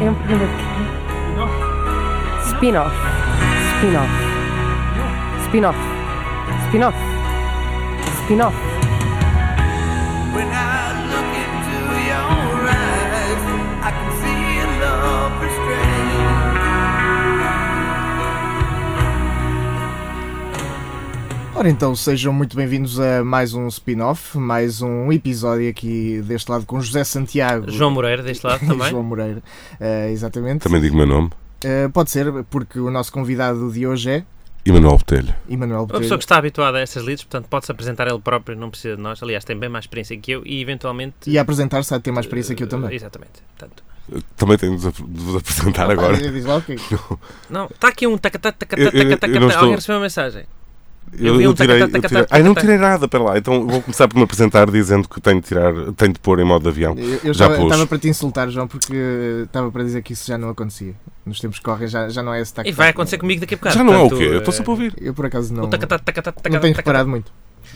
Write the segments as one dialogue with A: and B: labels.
A: Eu me pergunto aqui. Spin-off. Spin-off. Spin-off. Spin-off. Spin-off.
B: When I look into your eyes, I can see a love restrained.
C: Ora então, sejam muito bem-vindos a mais um spin-off, mais um episódio aqui deste lado com José Santiago
D: João Moreira, deste lado
C: e
D: também.
C: João Moreira. Eh, exatamente.
E: Também digo o meu nome,
C: Eh, pode ser, porque o nosso convidado de hoje é
E: Emanuel Botelho.
C: Emanuel
D: Uma pessoa
C: Botelho.
D: que está habituada a estas leads, portanto, pode-se apresentar ele próprio, não precisa de nós. Aliás, tem bem mais experiência que eu e, eventualmente. eh,
C: E a apresentar-se há de ter mais experiência que eu também.
D: Exatamente. Portanto,
E: Também tenho de ap- de vos apresentar agora.
C: Ah, diz lá o quê?
D: não, está aqui um taca taca taca
E: Eu- eu-
D: taca taca
E: eu não
D: taca.
E: estou-
D: Alguém recebeu uma mensagem. Eu
E: Eu,
D: vi um
E: eu tirei.
D: taca, taca,
E: eu
D: taca,
E: tirei-
D: taca,
E: Ai, não
D: taca.
E: tirei nada, para lá. Então vou começar por me apresentar dizendo que tenho de, tirar, tenho de pôr em modo avião.
C: Eu, eu
E: Já
C: estava,
E: pus.
C: estava para te insultar, João, porque eh, estava para dizer que isso já não acontecia. Nos tempos que correm já, já não é esse tac
D: E vai acontecer comigo daqui a bocado.
E: Já não é o
D: portanto,
E: quê? Eu estou
D: eh,
E: sempre a ouvir.
C: Eu por acaso não,
D: O taca taca taca taca
C: não
D: taca
C: tenho
D: taca.
C: reparado muito.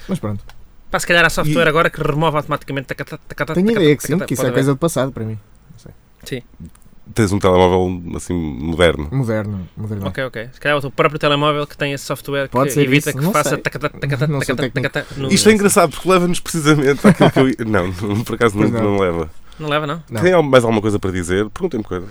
C: Mas pronto,
D: Pá, se calhar há software
E: E-
D: agora que remove automaticamente taca taca taca taca.
C: tenho
D: taca,
C: ideia que
D: taca,
C: sim,
D: taca,
C: que isso é
D: pode
C: coisa do passado para mim.
E: Tens um telemóvel assim moderno.
C: Moderno, moderno.
D: haver. Ok, ok. Se calhar é o teu próprio telemóvel que tem esse software
C: Pode
D: que
C: ser
D: evita
C: isso,
D: que
C: não
D: faça
C: sei.
D: taca taca taca taca
C: Não sou
D: taca
C: técnico.
D: taca taca. no-
E: Isto é engraçado porque leva-nos precisamente àquilo que eu. ia- Não, não, por acaso não,
C: Pois não.
E: não leva.
D: Não leva, não?
C: Não.
E: Tem al- mais alguma coisa para dizer? Perguntem-me coisas.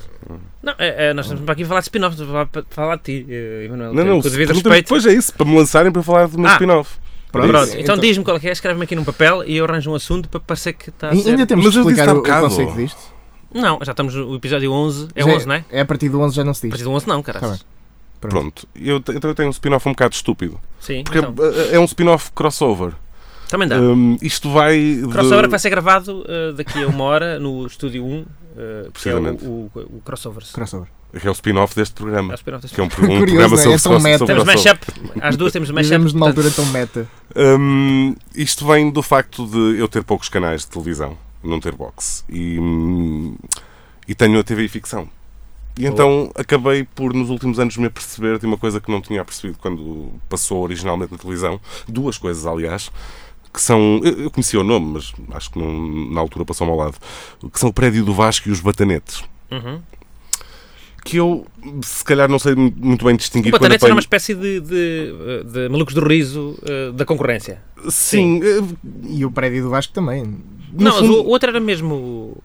D: Não, é, é, nós estamos para aqui a falar de spin-offs, a falar, para falar de ti, eh, Emanuel.
E: Ah. Não, não,
D: com o devido
E: perguntem-me
D: respeito.
E: depois é isso, para me lançarem para falar do meu
D: Ah.
E: spin-off.
C: Pronto.
E: É
D: Pronto,
E: isso.
D: então,
C: Então-
D: diz-me qual é que é, escreve-me aqui num papel e eu arranjo um assunto para parecer que está a
C: E-
D: ser...
C: Ainda temos
E: Mas
C: de
E: eu disse
C: explicar
E: há
C: o, o
E: bocado.
C: conceito disto.
D: Não, já estamos no episódio 11, é
C: Já
D: 11, não é?
C: É a partir do 11 já não se
D: A
C: diz.
D: partir do 11 não, caras.
C: Tá bem.
E: Pronto. Eu, te- então eu tenho um spin-off um bocado estúpido.
D: Sim,
E: Porque
D: então,
E: é- é um spin-off crossover.
D: também dá.
E: Hum, isto vai. de-
D: crossover que vai ser gravado eh, daqui a uma hora no Estúdio 1, eh, que é o,
E: Precisamente.
D: o, o crossover.
C: Crossover.
E: que é o spin-off deste
D: É
E: programa.
D: o spin-off deste
E: Que é um, um
C: Curioso, não
E: programa
C: é?
E: sobre,
C: É tão
E: sobre,
C: meta.
E: sobre
D: Temos
E: crossover.
D: mashup, às duas temos mashup.
C: Vivemos numa
D: portanto,
C: altura tão meta.
E: Hum, isto vem do facto de eu ter poucos canais de televisão, não ter box. E, hum, e tenho a TV e ficção. E então acabei por, nos últimos anos, me aperceber de uma coisa que não tinha percebido quando passou originalmente na televisão. Duas coisas, aliás. Que são. Eu eu conhecia o nome, mas acho que não- na altura passou-me ao lado. Que são o Prédio do Vasco e os Batanetes.
D: Uhum.
E: que eu se calhar não sei muito bem
D: O
E: distinguir quando é
D: Batanetes era uma
E: apanho...
D: espécie de, de, eh, de malucos do riso eh, da concorrência.
E: Sim,
C: E o prédio do Vasco também.
D: Não, mas
E: fundo-
D: o o outro era mesmo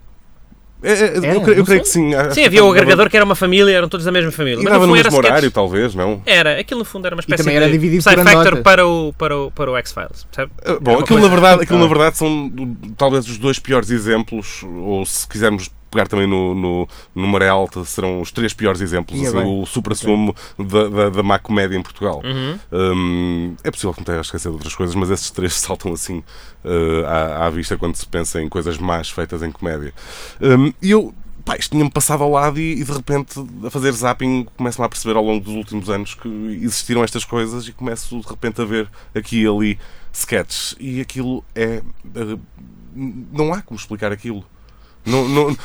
E: é, é, eu,
C: É,
E: cre- eu
C: não
E: creio que sim. acho
D: Sim,
E: que
D: havia o
E: dava-
D: agregador que era uma família, eram todos da mesma família.
E: E
D: Mas
E: dava
D: no
E: no
D: fundo era
E: mesmo horário,
D: sketch.
E: talvez, não?
D: Era, aquilo no fundo era uma espécie
C: também era
D: de
C: dividido
D: Psy
C: por
D: Factor
C: andotas.
D: para o, para, o, para o X-Files, percebe?
E: Ah,
D: Era
E: Bom,
D: uma
E: aquilo
D: coisa-
E: na, verdade, aquilo na verdade são do- talvez os dois piores exemplos, ou se quisermos pegar também no, no, no Maré Alta, serão os três piores exemplos,
C: Ia
E: assim,
C: bem.
E: o supra-sumo da, da, da má comédia em Portugal.
D: Uhum.
E: Hum, é possível que me tenha esquecido de outras coisas, mas esses três saltam assim eh, à, à vista quando se pensa em coisas más feitas em comédia. Hum, E eu, pá, isto tinha-me passado ao lado e, e de repente, a fazer zapping, começo-me a perceber ao longo dos últimos anos que existiram estas coisas e começo de repente a ver aqui e ali sketches. E aquilo é. eh, não há como explicar aquilo. Não, não,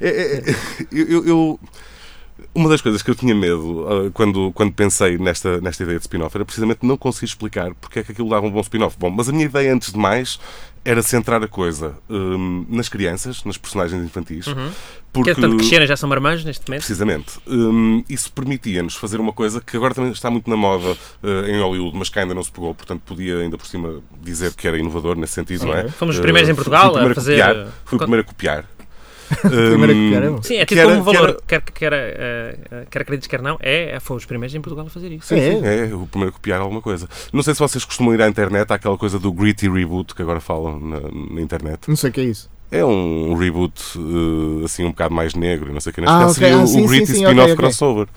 E: É, é, é, eu- eu- eu, uma das coisas que eu tinha medo ah, quando, quando pensei nesta, nesta ideia de spin-off era precisamente não conseguir explicar porque é que aquilo dava um bom spin-off. Bom, mas a minha ideia antes de mais era centrar a coisa hum, nas crianças, nas personagens infantis,
D: Uhum. Que
E: é
D: é
E: porque
D: tanto cresceram já são marmanjos neste momento.
E: Precisamente. Hum, isso permitia-nos fazer uma coisa que agora também está muito na moda eh, em Hollywood, mas que ainda não se pegou, portanto podia ainda por cima dizer que era inovador nesse sentido, não é?
D: Fomos os
E: Eh,
D: primeiros em
E: fui-
D: Portugal
E: fui o
D: a
E: primeiro
D: fazer,
E: Copiar,
D: eh,
E: fui o
D: con-
E: primeiro a copiar.
C: Primeiro que
E: Hum,
C: vieram.
D: Sim, é
E: Que
D: tido como
E: era-
D: um
E: que
D: valor,
E: era-
D: quer, quer, eh, eh, quer acredites, quer não, é, é- fomos os primeiros em Portugal a fazer isso.
E: Sim,
C: É.
E: sim, é o primeiro a copiar alguma coisa. Não sei se vocês costumam ir à internet, há aquela coisa do gritty reboot que agora falam na, na internet.
C: Não sei o que é isso.
E: É um reboot eh, assim um bocado mais negro, e não sei o que. Neste
C: Ah,
E: caso
C: ok,
E: seria
C: ah,
E: assim o,
C: sim,
E: o gritty
C: sim, sim, ok,
E: spin-off
C: ok.
E: crossover.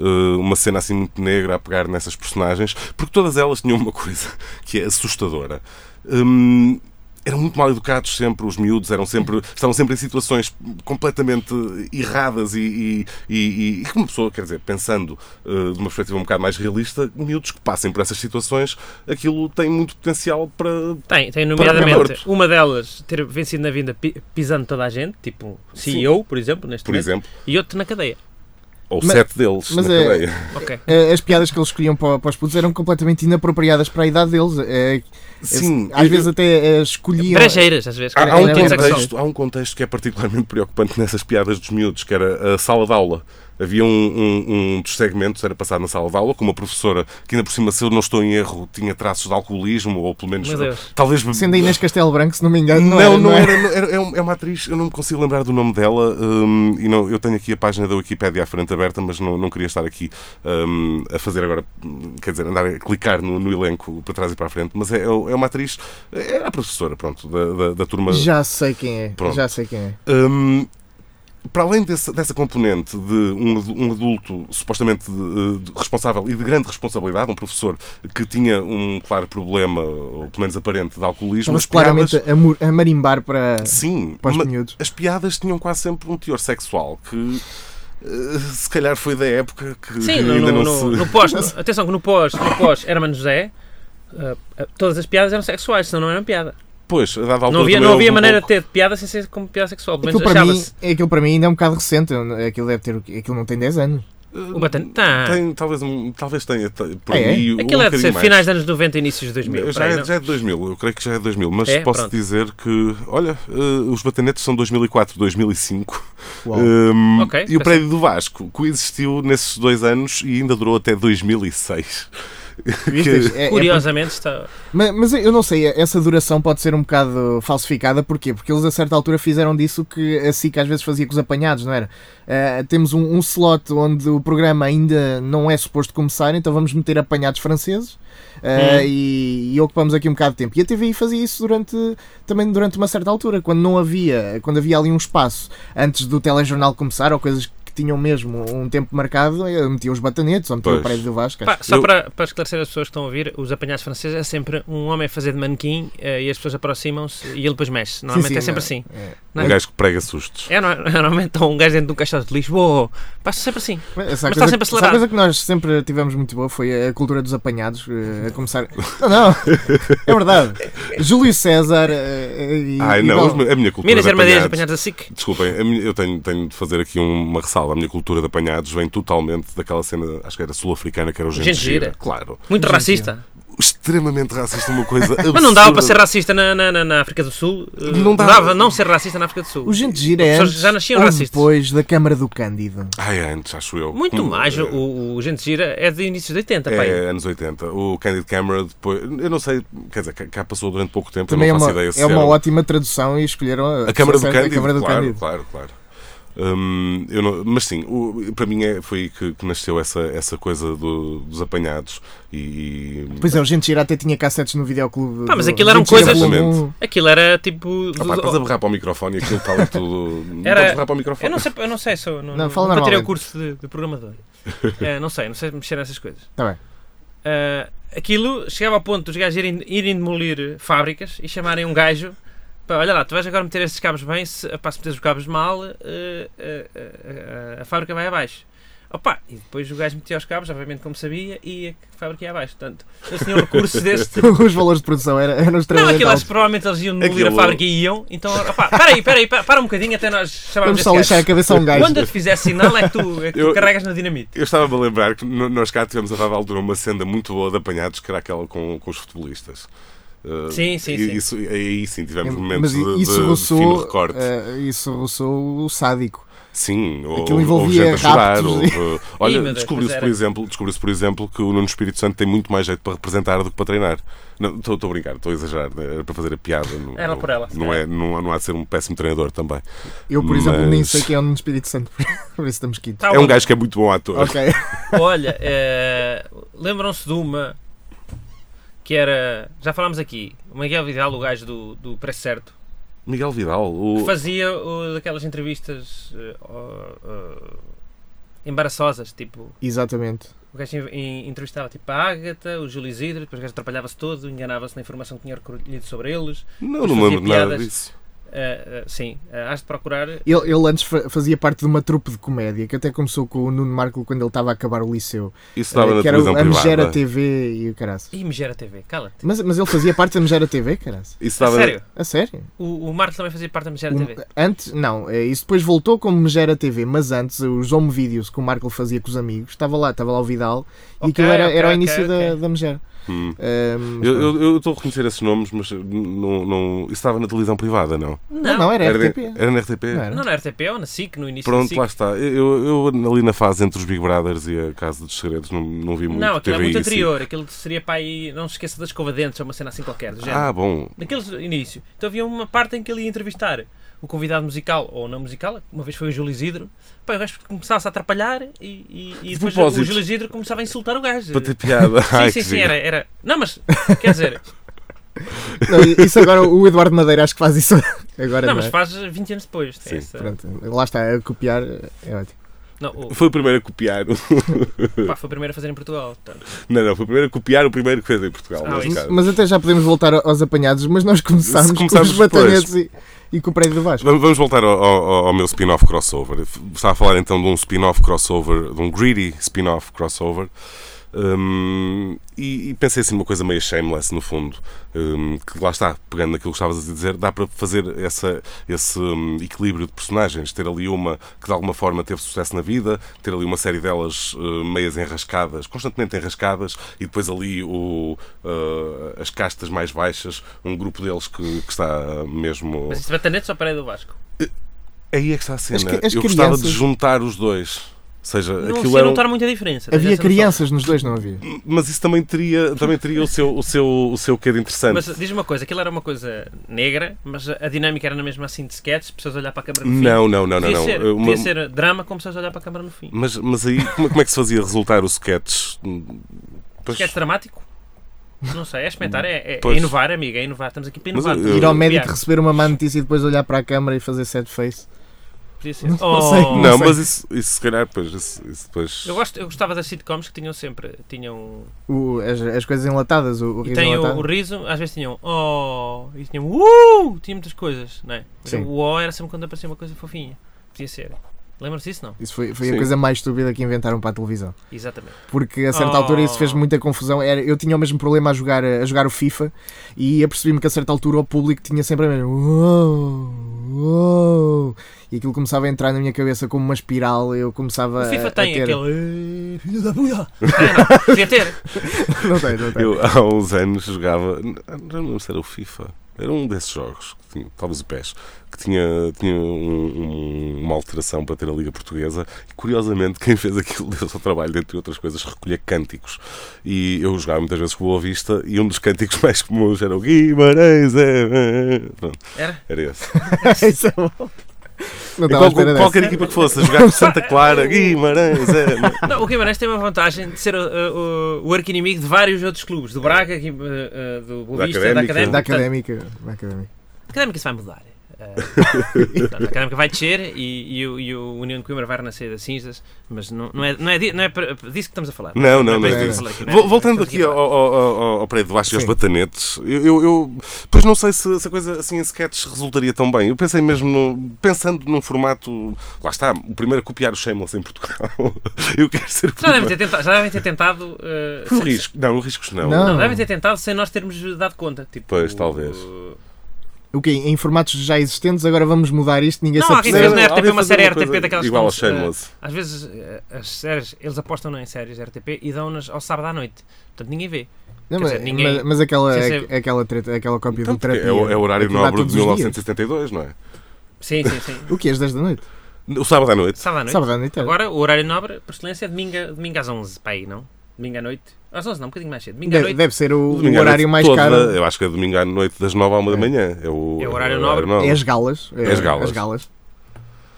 E: Eh, uma cena assim muito negra a pegar nessas personagens, porque todas elas tinham uma coisa que é assustadora. Hum, eram muito mal educados sempre, os miúdos eram sempre, estavam sempre em situações completamente erradas e, e, e, e- e que uma pessoa, quer dizer, pensando eh, de uma perspectiva um bocado mais realista, miúdos que passem por essas situações, aquilo tem muito potencial para,
D: Tem, tem
E: Parabéns.
D: nomeadamente uma delas ter vencido um na vinda pi- pisando toda a gente, tipo CEO, por exemplo, neste
E: por
D: momento,
E: exemplo,
D: e outro na cadeia.
E: Ou
C: Mas-
E: sete deles
C: mas
E: na
C: é-
E: cadeia.
D: Ok.
C: Eh, As piadas que eles escolhiam para, para os putos eram completamente inapropriadas para a idade deles. Eh,
E: Sim,
C: Às
E: eu-
C: vezes até eh, escolhiam.
D: Brejeiras, às vezes.
E: Há, há um
C: Era- era-
E: contexto, há um contexto que é particularmente preocupante nessas piadas dos miúdos, que era a sala de aula. Havia um, um- um dos segmentos, era passado na sala de aula, com uma professora que, ainda por cima, se eu não estou em erro, tinha traços de alcoolismo, ou pelo menos.
D: Meu Deus.
E: Talvez be-
C: Sendo a Inês Castelo Branco, se não me engano.
E: Não, não
C: é?
E: era. não era- é um- é uma atriz, eu não me consigo lembrar do nome dela. hum, e não, eu tenho aqui a página da Wikipédia à frente aberta, mas não, não queria estar aqui hum, a fazer agora, hum, quer dizer, andar a clicar no, no elenco para trás e para a frente. Mas é, é uma atriz, é a professora, pronto, da, da, da turma.
C: Já sei quem é.
E: Pronto.
C: Já sei quem é.
E: Hum, para além desse- dessa componente de um, adu- um adulto supostamente de- de- responsável e de grande responsabilidade, um professor que tinha um claro problema, ou pelo menos aparente, de alcoolismo,
C: Estamos
E: as piadas-
C: claramente a, mur- a marimbar para,
E: Sim,
C: para os
E: ma-
C: miúdos.
E: as piadas tinham quase sempre um teor sexual que eh, se calhar foi da época que,
D: Sim,
E: que
D: no,
E: ainda
D: no,
E: não
D: no,
E: se.
D: no pós. Atenção que no pós, no pós Hermano José, ah, ah, todas as piadas eram sexuais, senão não eram piada.
E: Pois, a dada altura.
D: Não havia,
E: também
D: não
E: houve
D: havia
E: um
D: maneira de ter
E: pouco-
D: piada sem ser como piada sexual. Pelo
C: Aquilo
D: menos
C: para, mim,
D: achava-se.
C: aquilo para mim ainda é um bocado recente. Aquilo deve ter. o quê? Aquilo não tem 10 anos.
D: O Batan- tá.
E: eh, Tem, talvez, um- talvez tenha tá, por
C: É, é.
E: aí. um
D: Aquilo é de
E: bocadinho
D: ser
E: mais.
D: finais dos anos 90, inícios de 2000.
E: Já
D: por aí,
E: é,
D: não?
E: já é de 2000, eu creio que já é de 2000, mas
D: É?
E: posso
D: Pronto.
E: dizer que, olha, eh, os batanetes são 2004, 2005.
C: Uau.
E: Hum,
D: Ok,
E: e o
D: parece-
E: prédio do Vasco coexistiu nesses dois anos e ainda durou até 2006.
C: Vistes? É- é-
D: Curiosamente, está.
C: mas, mas eu não sei, essa duração pode ser um bocado falsificada. Porquê? Porque eles a certa altura fizeram disso que a SIC às vezes fazia com os apanhados, não era? Ah, temos um, um slot onde o programa ainda não é suposto começar, então vamos meter apanhados franceses. ah, e, e ocupamos aqui um bocado de tempo. E a TVI fazia isso durante também durante uma certa altura, quando não havia, quando havia ali um espaço antes do telejornal começar ou coisas que tinham mesmo um tempo marcado, eh, metia os batanetes ou metia
E: Pois.
C: o prédio do Vasco.
D: Pá, só
E: Eu-
D: para, para esclarecer as pessoas que estão a ouvir, os apanhados franceses é sempre um homem a fazer de manequim eh, e as pessoas aproximam-se e ele depois mexe. Normalmente
C: sim,
D: é sempre
C: não-
D: assim.
C: é.
D: Não
E: Um gajo que prega sustos.
D: É, não é? normalmente está um gajo dentro de um caixote de Lisboa. Passa sempre assim.
C: Essa é
D: Mas
C: coisa,
D: está sempre acelerado.
C: essa coisa que nós sempre tivemos muito boa foi a cultura dos apanhados, eh, a começar. Não, não, é verdade. Júlio César eh, e.
E: Ai,
C: e
E: não,
C: Bel-
E: os me- a minha cultura.
D: Minas
E: de
D: Armadilhas apanhados
E: apanhados-
D: a SIC.
E: Desculpem, a minha- eu tenho, tenho de fazer aqui um, uma ressalva. A minha cultura de apanhados vem totalmente daquela cena, acho que era sul-africana, que era o Gente,
D: Gente
E: Gira.
D: Gira.
E: Claro.
D: Muito racista.
E: Extremamente racista, uma coisa absurda.
D: Mas não dava para ser racista na, na, na, na África do Sul. Eh,
E: Não dava.
D: dava não ser racista na África do Sul.
C: O gente gira é
D: As pessoas
C: antes
D: já nasciam
C: ou
D: racistas.
C: depois da Câmara do Cândido.
E: Ai, antes, acho eu.
D: Muito
E: Como-
D: mais.
E: eh,
D: O, o Gente Gira é de inícios de 80, pá.
E: É, anos 80. O Candid Camera depois. Eu não sei, quer dizer, cá- cá passou durante pouco tempo,
C: Também é
E: eu não
C: uma,
E: faço ideia se
C: é uma
E: era um-
C: ótima tradução e escolheram a,
E: A Câmara do
C: certa, a
E: Cândido,
C: Câmara do
E: claro,
C: Cândido.
E: claro, claro. Hum, eu não- mas sim, o- para mim é, foi aí que, que nasceu essa, essa coisa do- dos apanhados e, e-
C: Pois é, o Gente Gira até tinha cassetes no videoclube.
D: Pá, mas
C: do-
D: aquilo eram
C: Gente Gira
D: coisas-
C: volume um.
D: Aquilo era tipo.
E: Ah, pá, estás a berrar para o microfone e aquilo está ali tudo. Não
D: Era-
E: podes berrar para o
D: Eu
E: microfone.
D: não sei, eu não sei, sou, não,
C: Não, fala
D: nunca tirei o
C: normalmente.
D: curso de, de programador. Eh, não sei, não sei mexer nessas coisas.
C: Tá bem.
D: Eh, aquilo chegava ao ponto dos gajos irem, irem demolir fábricas e chamarem um gajo para, olha lá, tu vais agora meter estes cabos bem, se, pá, se meteres os cabos mal, eh, eh, eh, a fábrica vai abaixo. Opa, e depois o gajo metia os cabos, obviamente como sabia, e a fábrica ia abaixo. Portanto, um eles tinham recursos deste.
C: Os valores de produção eram, eram
D: Não, aquilo acho
C: extremamente
D: que provavelmente eles iam demolir a
E: Aquilo-
D: fábrica e iam. Então, opá, peraí, peraí, pa- para um bocadinho até nós
C: Vamos
D: chamarmos este
C: só
D: gajo.
C: lixar a cabeça a um gajo.
D: Quando eu te fizer sinal é que tu, é que tu
E: Eu-
D: carregas na dinamite.
E: Eu estava-me a lembrar que no- nós cá tivemos a dada altura uma senda muito boa de apanhados, que era aquela com, com os futebolistas. Uh,
D: Sim, sim,
E: e
D: sim.
E: Isso, aí sim tivemos
C: Mas
E: momentos de,
C: isso
E: de fino
C: roçou,
E: recorte.
C: eh, isso roçou o sádico.
E: Sim, ou
C: Aquilo
E: houve
C: envolvia
E: gente a chorar.
C: raptos
E: houve-
D: meu
E: Olha,
D: Deus,
E: descobriu-se,
D: pois
E: por
D: era.
E: exemplo, descobriu-se, por exemplo, que o Nuno Espírito Santo tem muito mais jeito para representar do que para treinar. Não, Estou estou a brincar, estou a exagerar, né? era para fazer a piada. não-
D: Era
E: não-
D: por ela, se
E: Não, é, não, não há de ser um péssimo treinador também.
C: Eu, por exemplo, nem
E: Mas-
C: sei quem é o Nuno Espírito Santo, por isso estamos quites.
D: Tá
E: É um
D: bom.
E: gajo que é muito bom ator.
C: Ok.
D: Olha, eh, lembram-se de uma que era. Já falámos aqui, o Miguel Vidal, o gajo do, do Preço Certo,
E: Miguel Vidal,
D: que
E: o...
D: fazia o- aquelas entrevistas eh, ó, ó, embaraçosas, tipo.
C: Exatamente.
D: O gajo en- en- entrevistava tipo a Ágata, o Júlio Isidro, depois o gajo atrapalhava-se todo, enganava-se na informação que tinha recolhido sobre eles.
E: não,
D: Mas
E: não me
D: fazia
E: lembro de nada
D: piadas.
E: disso.
D: Ah, ah, sim, ah, has de procurar.
C: Ele, ele antes fa- fazia parte de uma trupe de comédia que até começou com o Nuno Marco quando ele estava a acabar o liceu.
E: Isso estava
C: Eh,
E: na
C: que era
E: televisão
C: o a Megera
E: privada.
C: TV e o caraças.
D: Ih, Megera TV, cala-te.
C: Mas, mas ele fazia parte da Megera TV, caras?
E: Isso
D: A
E: estava-
D: sério,
C: A sério?
D: o, o Marcos também fazia parte da Megera
C: O-
D: TV.
E: Um-
C: antes, não, eh, isso depois voltou como Megera TV, mas antes os home videos que o Marco fazia com os amigos, estava lá, estava lá o Vidal
D: Ok,
C: e aquilo era, era
D: ok,
C: o início
D: ok,
C: da, Ehm,
D: ok.
C: da Megera.
E: Hum.
C: Ahm,
E: Eu- Eu eu estou a reconhecer esses nomes, mas não, não- isso estava na televisão privada, não?
C: não, não, era, RTP.
E: era na RTP?
C: Não era?
D: Não, é na RTP ou na SIC, no início da
E: Pronto,
D: SIC.
E: lá está. Eu, eu ali na fase entre os Big Brothers e a Casa dos Segredos não, não vi muito.
D: Não, aquilo é
E: TV
D: muito
E: e assim.
D: anterior. Aquilo seria para aí. Não se esqueça da escova de dentes, é uma cena assim qualquer. Do género.
E: Ah, bom.
D: Naqueles início. Então havia uma parte em que ele ia entrevistar o convidado musical ou não musical. Uma vez foi o Júlio Isidro. Pá, o gajo começava-se a atrapalhar e, e, e depois
E: propósito.
D: o Júlio Isidro começava a insultar o gajo.
E: Para ter piada.
D: Sim,
E: Ai,
D: sim,
E: que
D: sim,
E: giro.
D: era, era. Não, mas quer dizer,
C: Não, isso agora o Eduardo Madeira acho que faz isso agora.
D: não,
C: Não, é?
D: mas faz 20 anos depois. tem
E: Sim,
D: essa-
C: Pronto, lá está, a copiar é ótimo.
D: Não, o-
E: Foi o primeiro a copiar. o-
D: pá, foi o primeiro a fazer em Portugal. portanto.
E: Não, não, foi o primeiro a copiar o primeiro que fez em Portugal.
D: Ah,
E: neste
D: isso.
E: caso.
C: Mas até já podemos voltar aos apanhados, mas nós começámos,
E: Se começarmos
C: com os batanetes e, e com o prédio do Vasco.
E: Vamos vamos voltar ao, ao- ao meu spin-off crossover. Estava a falar então de um spin-off crossover, de um greedy spin-off crossover. Hum, e, e pensei assim uma coisa meio shameless no fundo. Hum, que lá está, pegando naquilo que estavas a dizer, dá para fazer essa, esse hum, equilíbrio de personagens. Ter ali uma que de alguma forma teve sucesso na vida, ter ali uma série delas eh, meias enrascadas, constantemente enrascadas, e depois ali o, eh, as castas mais baixas, um grupo deles que, que está mesmo.
D: Mas isso batanete só para aí do Vasco.
E: Aí é que está a cena.
C: As cri- as
E: eu gostava
C: crianças-
E: de juntar os dois. Ou seja,
D: Não
E: aquilo
D: sei
E: era. um-
D: notar muita diferença. tens
C: Havia
D: essa noção.
C: crianças nos dois, não havia?
E: Mas isso também teria, também teria o, seu, o, seu, o seu quê de interessante.
D: Mas diz-me uma coisa, aquilo era uma coisa negra, mas a a dinâmica era na mesma assim de sketches, pessoas a olhar para a câmara no fim.
E: Não, não, não, não.
D: Podia,
E: não.
D: Ser,
E: Eh, uma-
D: podia ser drama com pessoas a olhar para a câmara no fim.
E: Mas, mas aí, como, como é que se fazia resultar o sketch? Pois-
D: Sketch dramático? Não sei, é experimentar, é, é- é
E: Pois.
D: inovar, amiga, é inovar. Estamos aqui para
E: Mas eh,
D: inovar.
E: eu-
C: Ir
D: estamos
E: eu-
D: aqui
C: ao
D: para
C: médico
D: criar.
C: receber uma má notícia e depois olhar para a câmara e fazer sad face.
D: Podia ser.
C: sei.
D: Oh.
E: Não,
C: sei.
E: mas isso, isso se calhar, pois, isso, isso depois.
D: Eu, gosto, eu gostava das sitcoms que tinham sempre. Tinham.
C: O- as, as coisas enlatadas, o, o
D: E
C: riso
D: tem o,
C: enlatado.
D: o riso, às vezes tinham oh, e tinham uh, tinha muitas coisas, não é? Mas
C: Sim.
D: O oh era sempre quando aparecia uma coisa fofinha. Podia ser. Lembram-se disso? Não?
C: Isso foi, foi a
E: Sim.
C: coisa mais estúpida que inventaram para a televisão.
D: Exatamente.
C: Porque a certa
D: Oh.
C: altura isso fez muita confusão. Era, eu tinha o mesmo problema a jogar, a jogar o FIFA e apercebi-me que a certa altura o público tinha sempre a mesma. "Uou, uou", E aquilo começava a entrar na minha cabeça como uma espiral. Eu começava
D: O
C: a-
D: FIFA
C: eh, a
D: tem
C: ter...
D: aquele. "Ei, Filho da puta! Não, não, Podia ter.
C: Não tem, não tem.
E: Eu há uns anos jogava. Não lembro se era o FIFA. Era um desses jogos, que tinha, talvez o PES, que tinha, tinha um- um- uma alteração para ter a Liga Portuguesa. E curiosamente, quem fez aquilo deu o seu trabalho, dentre outras coisas, recolher cânticos. E eu jogava muitas vezes com o Boa Vista. E um dos cânticos mais comuns era o Guimarães. É... Pronto,
D: Era?
E: era esse.
C: Isso é bom. Não estava
E: E
C: à
E: qual-
C: espera dessa.
E: qualquer equipa que fosse a jogar com Santa Clara, Guimarães. É...
D: Não, o Guimarães tem uma vantagem de ser uh, uh, o arqui-inimigo de vários outros clubes. Do Braga, aqui, uh, uh, do Boa
E: Da
D: Vista, da
E: Académica.
D: Académica.
C: Da
D: Portanto,
C: académica. Da académica.
D: A Académica isso vai mudar. Uh, portanto, a Académica vai descer e, e, o, e o União de Coimbra vai renascer das cinzas, mas não, não é, não é, di- não é para- disso que estamos a falar.
E: Não, não, não
D: para
E: é
D: isso que
E: disso.
D: estamos a falar não é?
E: Vol- Voltando
D: Estamos
E: aqui ao,
D: a falar.
E: ao, ao, ao prédio de baixo e aos
C: Sim.
E: batanetes, eu, eu, eu- pois não sei se, se a coisa assim em sketch resultaria tão bem. Eu pensei mesmo, no- pensando num formato, lá está, o primeiro a copiar o Shameless em Portugal. Eu quero ser o
D: Já devem
E: primeiro.
D: ter tentado. Já devem ter tentado uh,
E: Por
D: sem-
E: um risco. Não, riscos não.
C: Não.
D: Não, devem ter tentado sem nós termos dado conta. Tipo,
E: Pois, talvez.
D: uh,
C: O quê? Em formatos já existentes, agora vamos mudar isto, ninguém se
D: Não, há quem
E: Não,
D: fez
E: não,
C: apercebe.
D: na RTP
E: alguém
D: uma
E: fazer
D: série
E: uma
D: RTP
E: coisa
D: daquelas
E: igual
D: que
E: ao
D: estão-
E: Shameless.
D: eh, Às vezes eh, as séries, eles apostam é, em séries RTP e dão-nas ao sábado à noite. Portanto, ninguém vê.
C: Não,
D: quer
C: mas,
D: dizer, ninguém-
C: mas- mas aquela,
D: sem ser-
C: aquela, treta, aquela cópia
E: Então,
C: do
E: porque
C: terapia.
E: é, o, é o horário
C: aquilo dá
E: nobre
C: todos
E: de
C: os dias.
E: 1972, não é?
D: Sim, sim, sim.
C: O que? Às 10 da noite?
E: O sábado à noite.
D: Sábado à noite.
C: Sábado à noite? é.
D: Agora, o horário nobre, por excelência, é domingo, domingo às 11, para aí, não? Domingo à noite. Às 11 não, um bocadinho mais cedo. Domingo à
C: Deve,
D: noite
C: deve ser o, o
E: Domingo à
C: horário
E: noite
C: mais
E: toda,
C: caro.
E: Eu acho que é domingo à noite das 9 à 1 da manhã. É o,
D: É o horário nobre.
C: É as galas.
E: É as galas.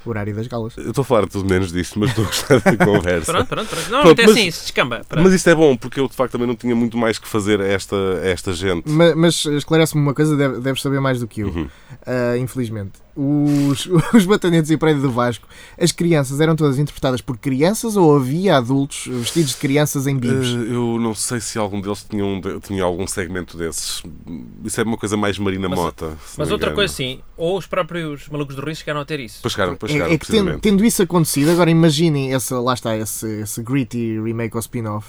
C: O horário das galas.
E: Eu estou a falar tudo menos disto, mas estou a gostar da conversa.
D: Pronto, pronto, pronto. Não,
E: Pronto,
D: até
E: mas-
D: assim, se descamba. Pronto.
E: Mas isto é bom, porque eu de facto também não tinha muito mais que fazer a esta, a esta gente.
C: Ma- Mas, esclarece-me uma coisa, deve- deves saber mais do que eu,
E: Uhum.
C: ah, infelizmente. os, os batanetes e a prédio do Vasco, as crianças eram todas interpretadas por crianças ou havia adultos vestidos de crianças em bibs?
E: Eh, eu não sei se algum deles tinha, um de- tinha algum segmento desses. Isso é uma coisa mais Marina
D: Mas-
E: Mota.
D: Mas
E: se não é
D: outra
E: me engano.
D: coisa sim, ou os próprios malucos do Rio chegaram a ter isso.
E: Pois chegaram, pois
C: É-
E: chegaram,
C: é que ten- tendo,
E: precisamente.
C: isso acontecido, agora imaginem essa, lá está, esse, esse gritty remake ou spin-off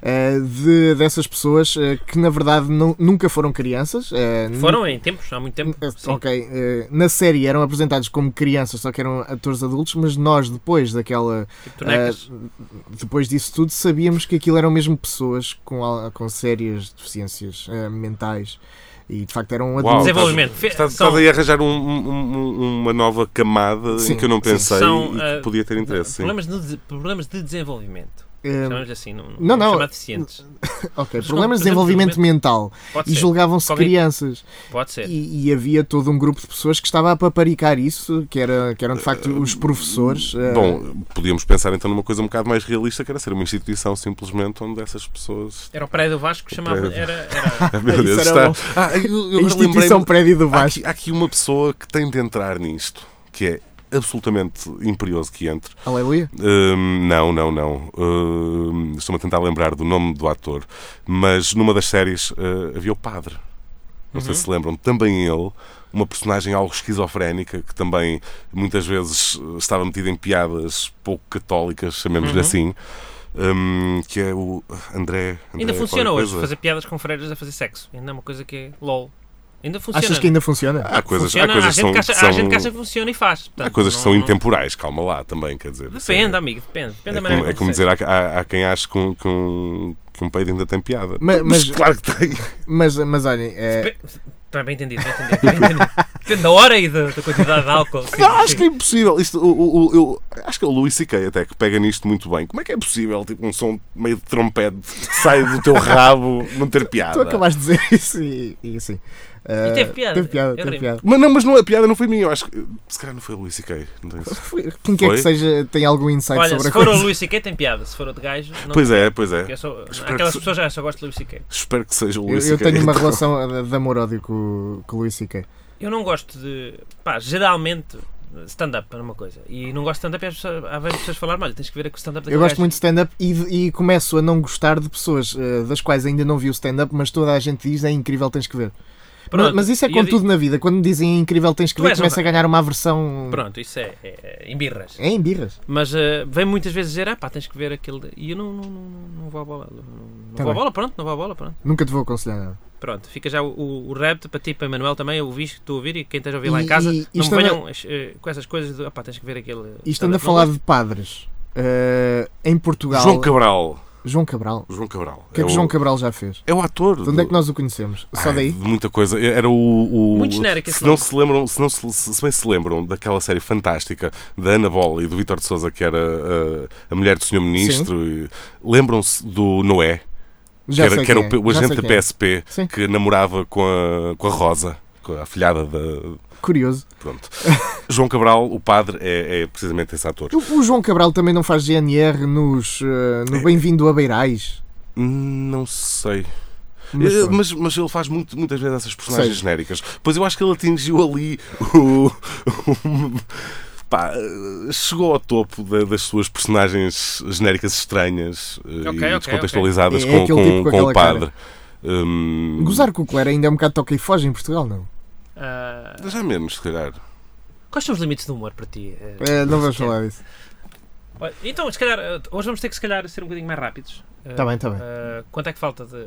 C: eh, de, dessas pessoas eh, que na verdade nu- nunca foram crianças. eh,
E: Hum.
C: nu-
D: Foram em tempos, há muito tempo.
C: eh,
D: sim.
C: Ok, eh, na série eram apresentados como crianças, só que eram atores adultos, mas nós depois daquela,
D: Tipo
E: É,
D: tonecas.
C: depois disso tudo, sabíamos que aquilo eram mesmo pessoas com, al- com sérias deficiências eh, mentais e de facto eram adultos.
D: Desenvolvimento. Fe-
E: Estás,
D: são-
E: estás aí a arranjar um- um- um- uma nova camada
C: Sim,
E: em que eu não
C: sim.
E: pensei
D: São,
E: e que
D: eh,
E: podia ter interesse. sim. É.
D: Problemas, de, problemas de desenvolvimento.
C: Eh,
D: Chamamos-lhe assim, não,
C: não, não.
D: chamar deficientes.
C: ok,
D: Mas
C: problemas de
D: não, por exemplo,
C: desenvolvimento mental
D: Pode
C: e
D: ser,
C: julgavam-se
D: Qualquer- É.
C: crianças.
D: pode ser.
C: E, e havia todo um grupo de pessoas que estava a paparicar isso, que, era, que eram de facto os professores. eh,
E: Eh, Bom, podíamos pensar então numa coisa um bocado mais realista, que era ser uma instituição simplesmente onde essas pessoas.
D: Era o prédio do Vasco que chamava.
E: prédio.
D: Era, era-
E: Ah, meu
C: Isso
E: Deus,
C: era
E: está.
C: bom.
E: Ah, eu,
C: a
E: eu agora
C: instituição
E: lembrei-me-
C: prédio do
E: Há
C: Vasco.
E: aqui, há aqui uma pessoa que tem de entrar nisto, que é absolutamente imperioso que entre.
C: Aleluia.
E: Hum, não, não, não. Hum, Estou-me a tentar lembrar do nome do ator, mas numa das séries eh, havia o padre. Não
D: Uhum.
E: sei se lembram, também ele, uma personagem algo esquizofrénica que também muitas vezes eh, estava metida em piadas pouco católicas, chamemos-lhe
D: Uhum.
E: assim, hum, que é o André. André
D: Ainda funciona
E: É, qualquer
D: hoje
E: coisa.
D: fazer piadas com freiras a fazer sexo. Ainda é uma coisa que é lol. Ainda funciona.
C: Achas que ainda funciona?
E: Há coisas, há
D: Funciona,
E: coisas
D: há,
E: que são.
D: gente que acha,
E: que são-
D: há gente que acha que funciona e faz.
E: Há
D: Portanto,
E: coisas que
D: não-
E: são
D: não-
E: intemporais, calma lá também, quer dizer. isso
D: Depende,
E: é-
D: amigo, depende. Depende
E: É
D: da maneira
E: como, é
D: que
E: como
D: você-
E: dizer, há, há, há quem ache que um, que um, que um peido ainda tem piada.
C: Ma- mas-
E: claro que tem.
C: Mas, mas olhem, eh,
D: Tá bem entendido, bem entendido. bem entendido. Depende da hora e da, da quantidade de álcool. sim,
E: Não, acho
D: sim.
E: que é impossível. Isto, o, o- o- eu, acho que é o Louis C.K. até que pega nisto muito bem. Como é que é possível, tipo, um som meio de trompete que sai do teu rabo não ter
C: tu
E: piada?
C: acabaste de dizer isso e, e assim. eh,
D: E teve piada.
C: Teve piada,
D: Eu
C: teve
D: ri-me.
C: piada.
E: Mas não, mas não, a piada não foi minha. Eu acho que. Se calhar não foi o Louis C.K. não tenho certeza.
C: Foi- Quem quer
E: Foi?
C: que seja tem algum insight
D: Olha,
C: sobre
D: se
C: a
D: for o
C: coisa?
D: Luís C.K. tem piada, se for o de gajo. Não
E: Pois
D: tem.
E: é, pois é.
D: Eu sou-
E: Espero que
D: aquelas
E: se-
D: pessoas já só gostam de Luís C.K.
E: Espero que seja o
C: Eu,
E: Louis
C: eu
E: C.K.
C: tenho uma
E: então.
C: relação de- de amor-ódio com, com o Luís C.K.
D: Eu não gosto de. Pá, geralmente. Stand-up é uma coisa. E não gosto de stand-up e as pessoas, há várias pessoas falar, olha, tens que ver com o stand-up daquele
C: Eu gosto
D: gajo."
C: muito de stand-up e, e começo a não gostar de pessoas eh, das quais ainda não vi o stand-up, mas toda a gente diz é incrível, tens que ver.
D: Pronto,
C: mas, mas isso é
D: e eu
C: com
D: digo-
C: tudo na vida. Quando me dizem é incrível, tens que
D: Tu
C: ver,
D: és
C: começa
D: um-
C: a ganhar uma aversão.
D: Pronto, isso é, é- é em birras.
C: É em birras.
D: Mas eh, vem muitas vezes dizer, ah pá, tens que ver aquele. E eu não, não, não, não- não vou à bola. Não, não
C: Tá
D: vou à
C: bem.
D: bola, pronto, não vou à bola, pronto.
C: Nunca te vou aconselhar nada.
D: Pronto, fica já o, o, o repto para ti, para Manuel também, eu ouvi, estou a ouvir e quem esteja a ouvir lá
C: E-
D: em casa,
C: e-
D: não me
C: isto anda-
D: venham eh, com essas coisas de, ah pá, tens que ver aquele.
C: E estando a falar de padres, eh, em Portugal.
E: João Cabral.
C: João Cabral.
E: João Cabral.
C: O que é que
E: o-
C: João Cabral já fez?
E: É o ator.
C: De onde é
E: do-
C: que nós o conhecemos? Só
E: Ai,
C: daí?
E: Ah, de muita coisa. Era o. o-
D: Muito genérico esse
E: se não
D: nome.
E: se lembram, se, não se, se bem se lembram daquela série fantástica da Ana Bola e do Vítor de Souza, que era uh, a mulher do Senhor Ministro, e- lembram-se do Noé,
C: Já
E: que era,
C: sei
E: que era
C: quem
E: o,
C: é,
E: P- o
C: já
E: agente
C: sei
E: da
C: quem é.
E: PSP
C: Sim.
E: que namorava com a, com a Rosa, com a afilhada da.
C: Curioso.
E: Pronto. João Cabral, o padre, é, é precisamente esse ator.
C: O, o João Cabral também não faz GNR nos, eh,
E: É.
C: no Bem-vindo a Beirais.
E: Hum, Não sei.
C: Mas
E: Eh,
C: pronto.
E: Mas, mas ele faz muito- muitas vezes essas personagens
C: Sei.
E: genéricas. Pois eu acho que ele atingiu ali o. o- pá, eh, chegou ao topo da- das suas personagens genéricas estranhas eh,
D: Ok,
E: e
D: ok,
E: descontextualizadas
C: ok. É
E: com,
C: aquele
E: com-
C: tipo com
E: com o
C: aquela
E: padre. Hum,
C: Gozar com o Claire ainda é um bocado toca e foge em Portugal, não?
D: Ah,
E: Já menos, se calhar.
D: quais são os limites do humor para ti? eh,
C: Eh, não vamos falar disso. É.
D: Olha, Então, se calhar, eh, hoje vamos ter que se calhar ser um bocadinho mais rápidos. Eh,
C: Tá bem, tá bem.
D: eh, quanto é que falta de.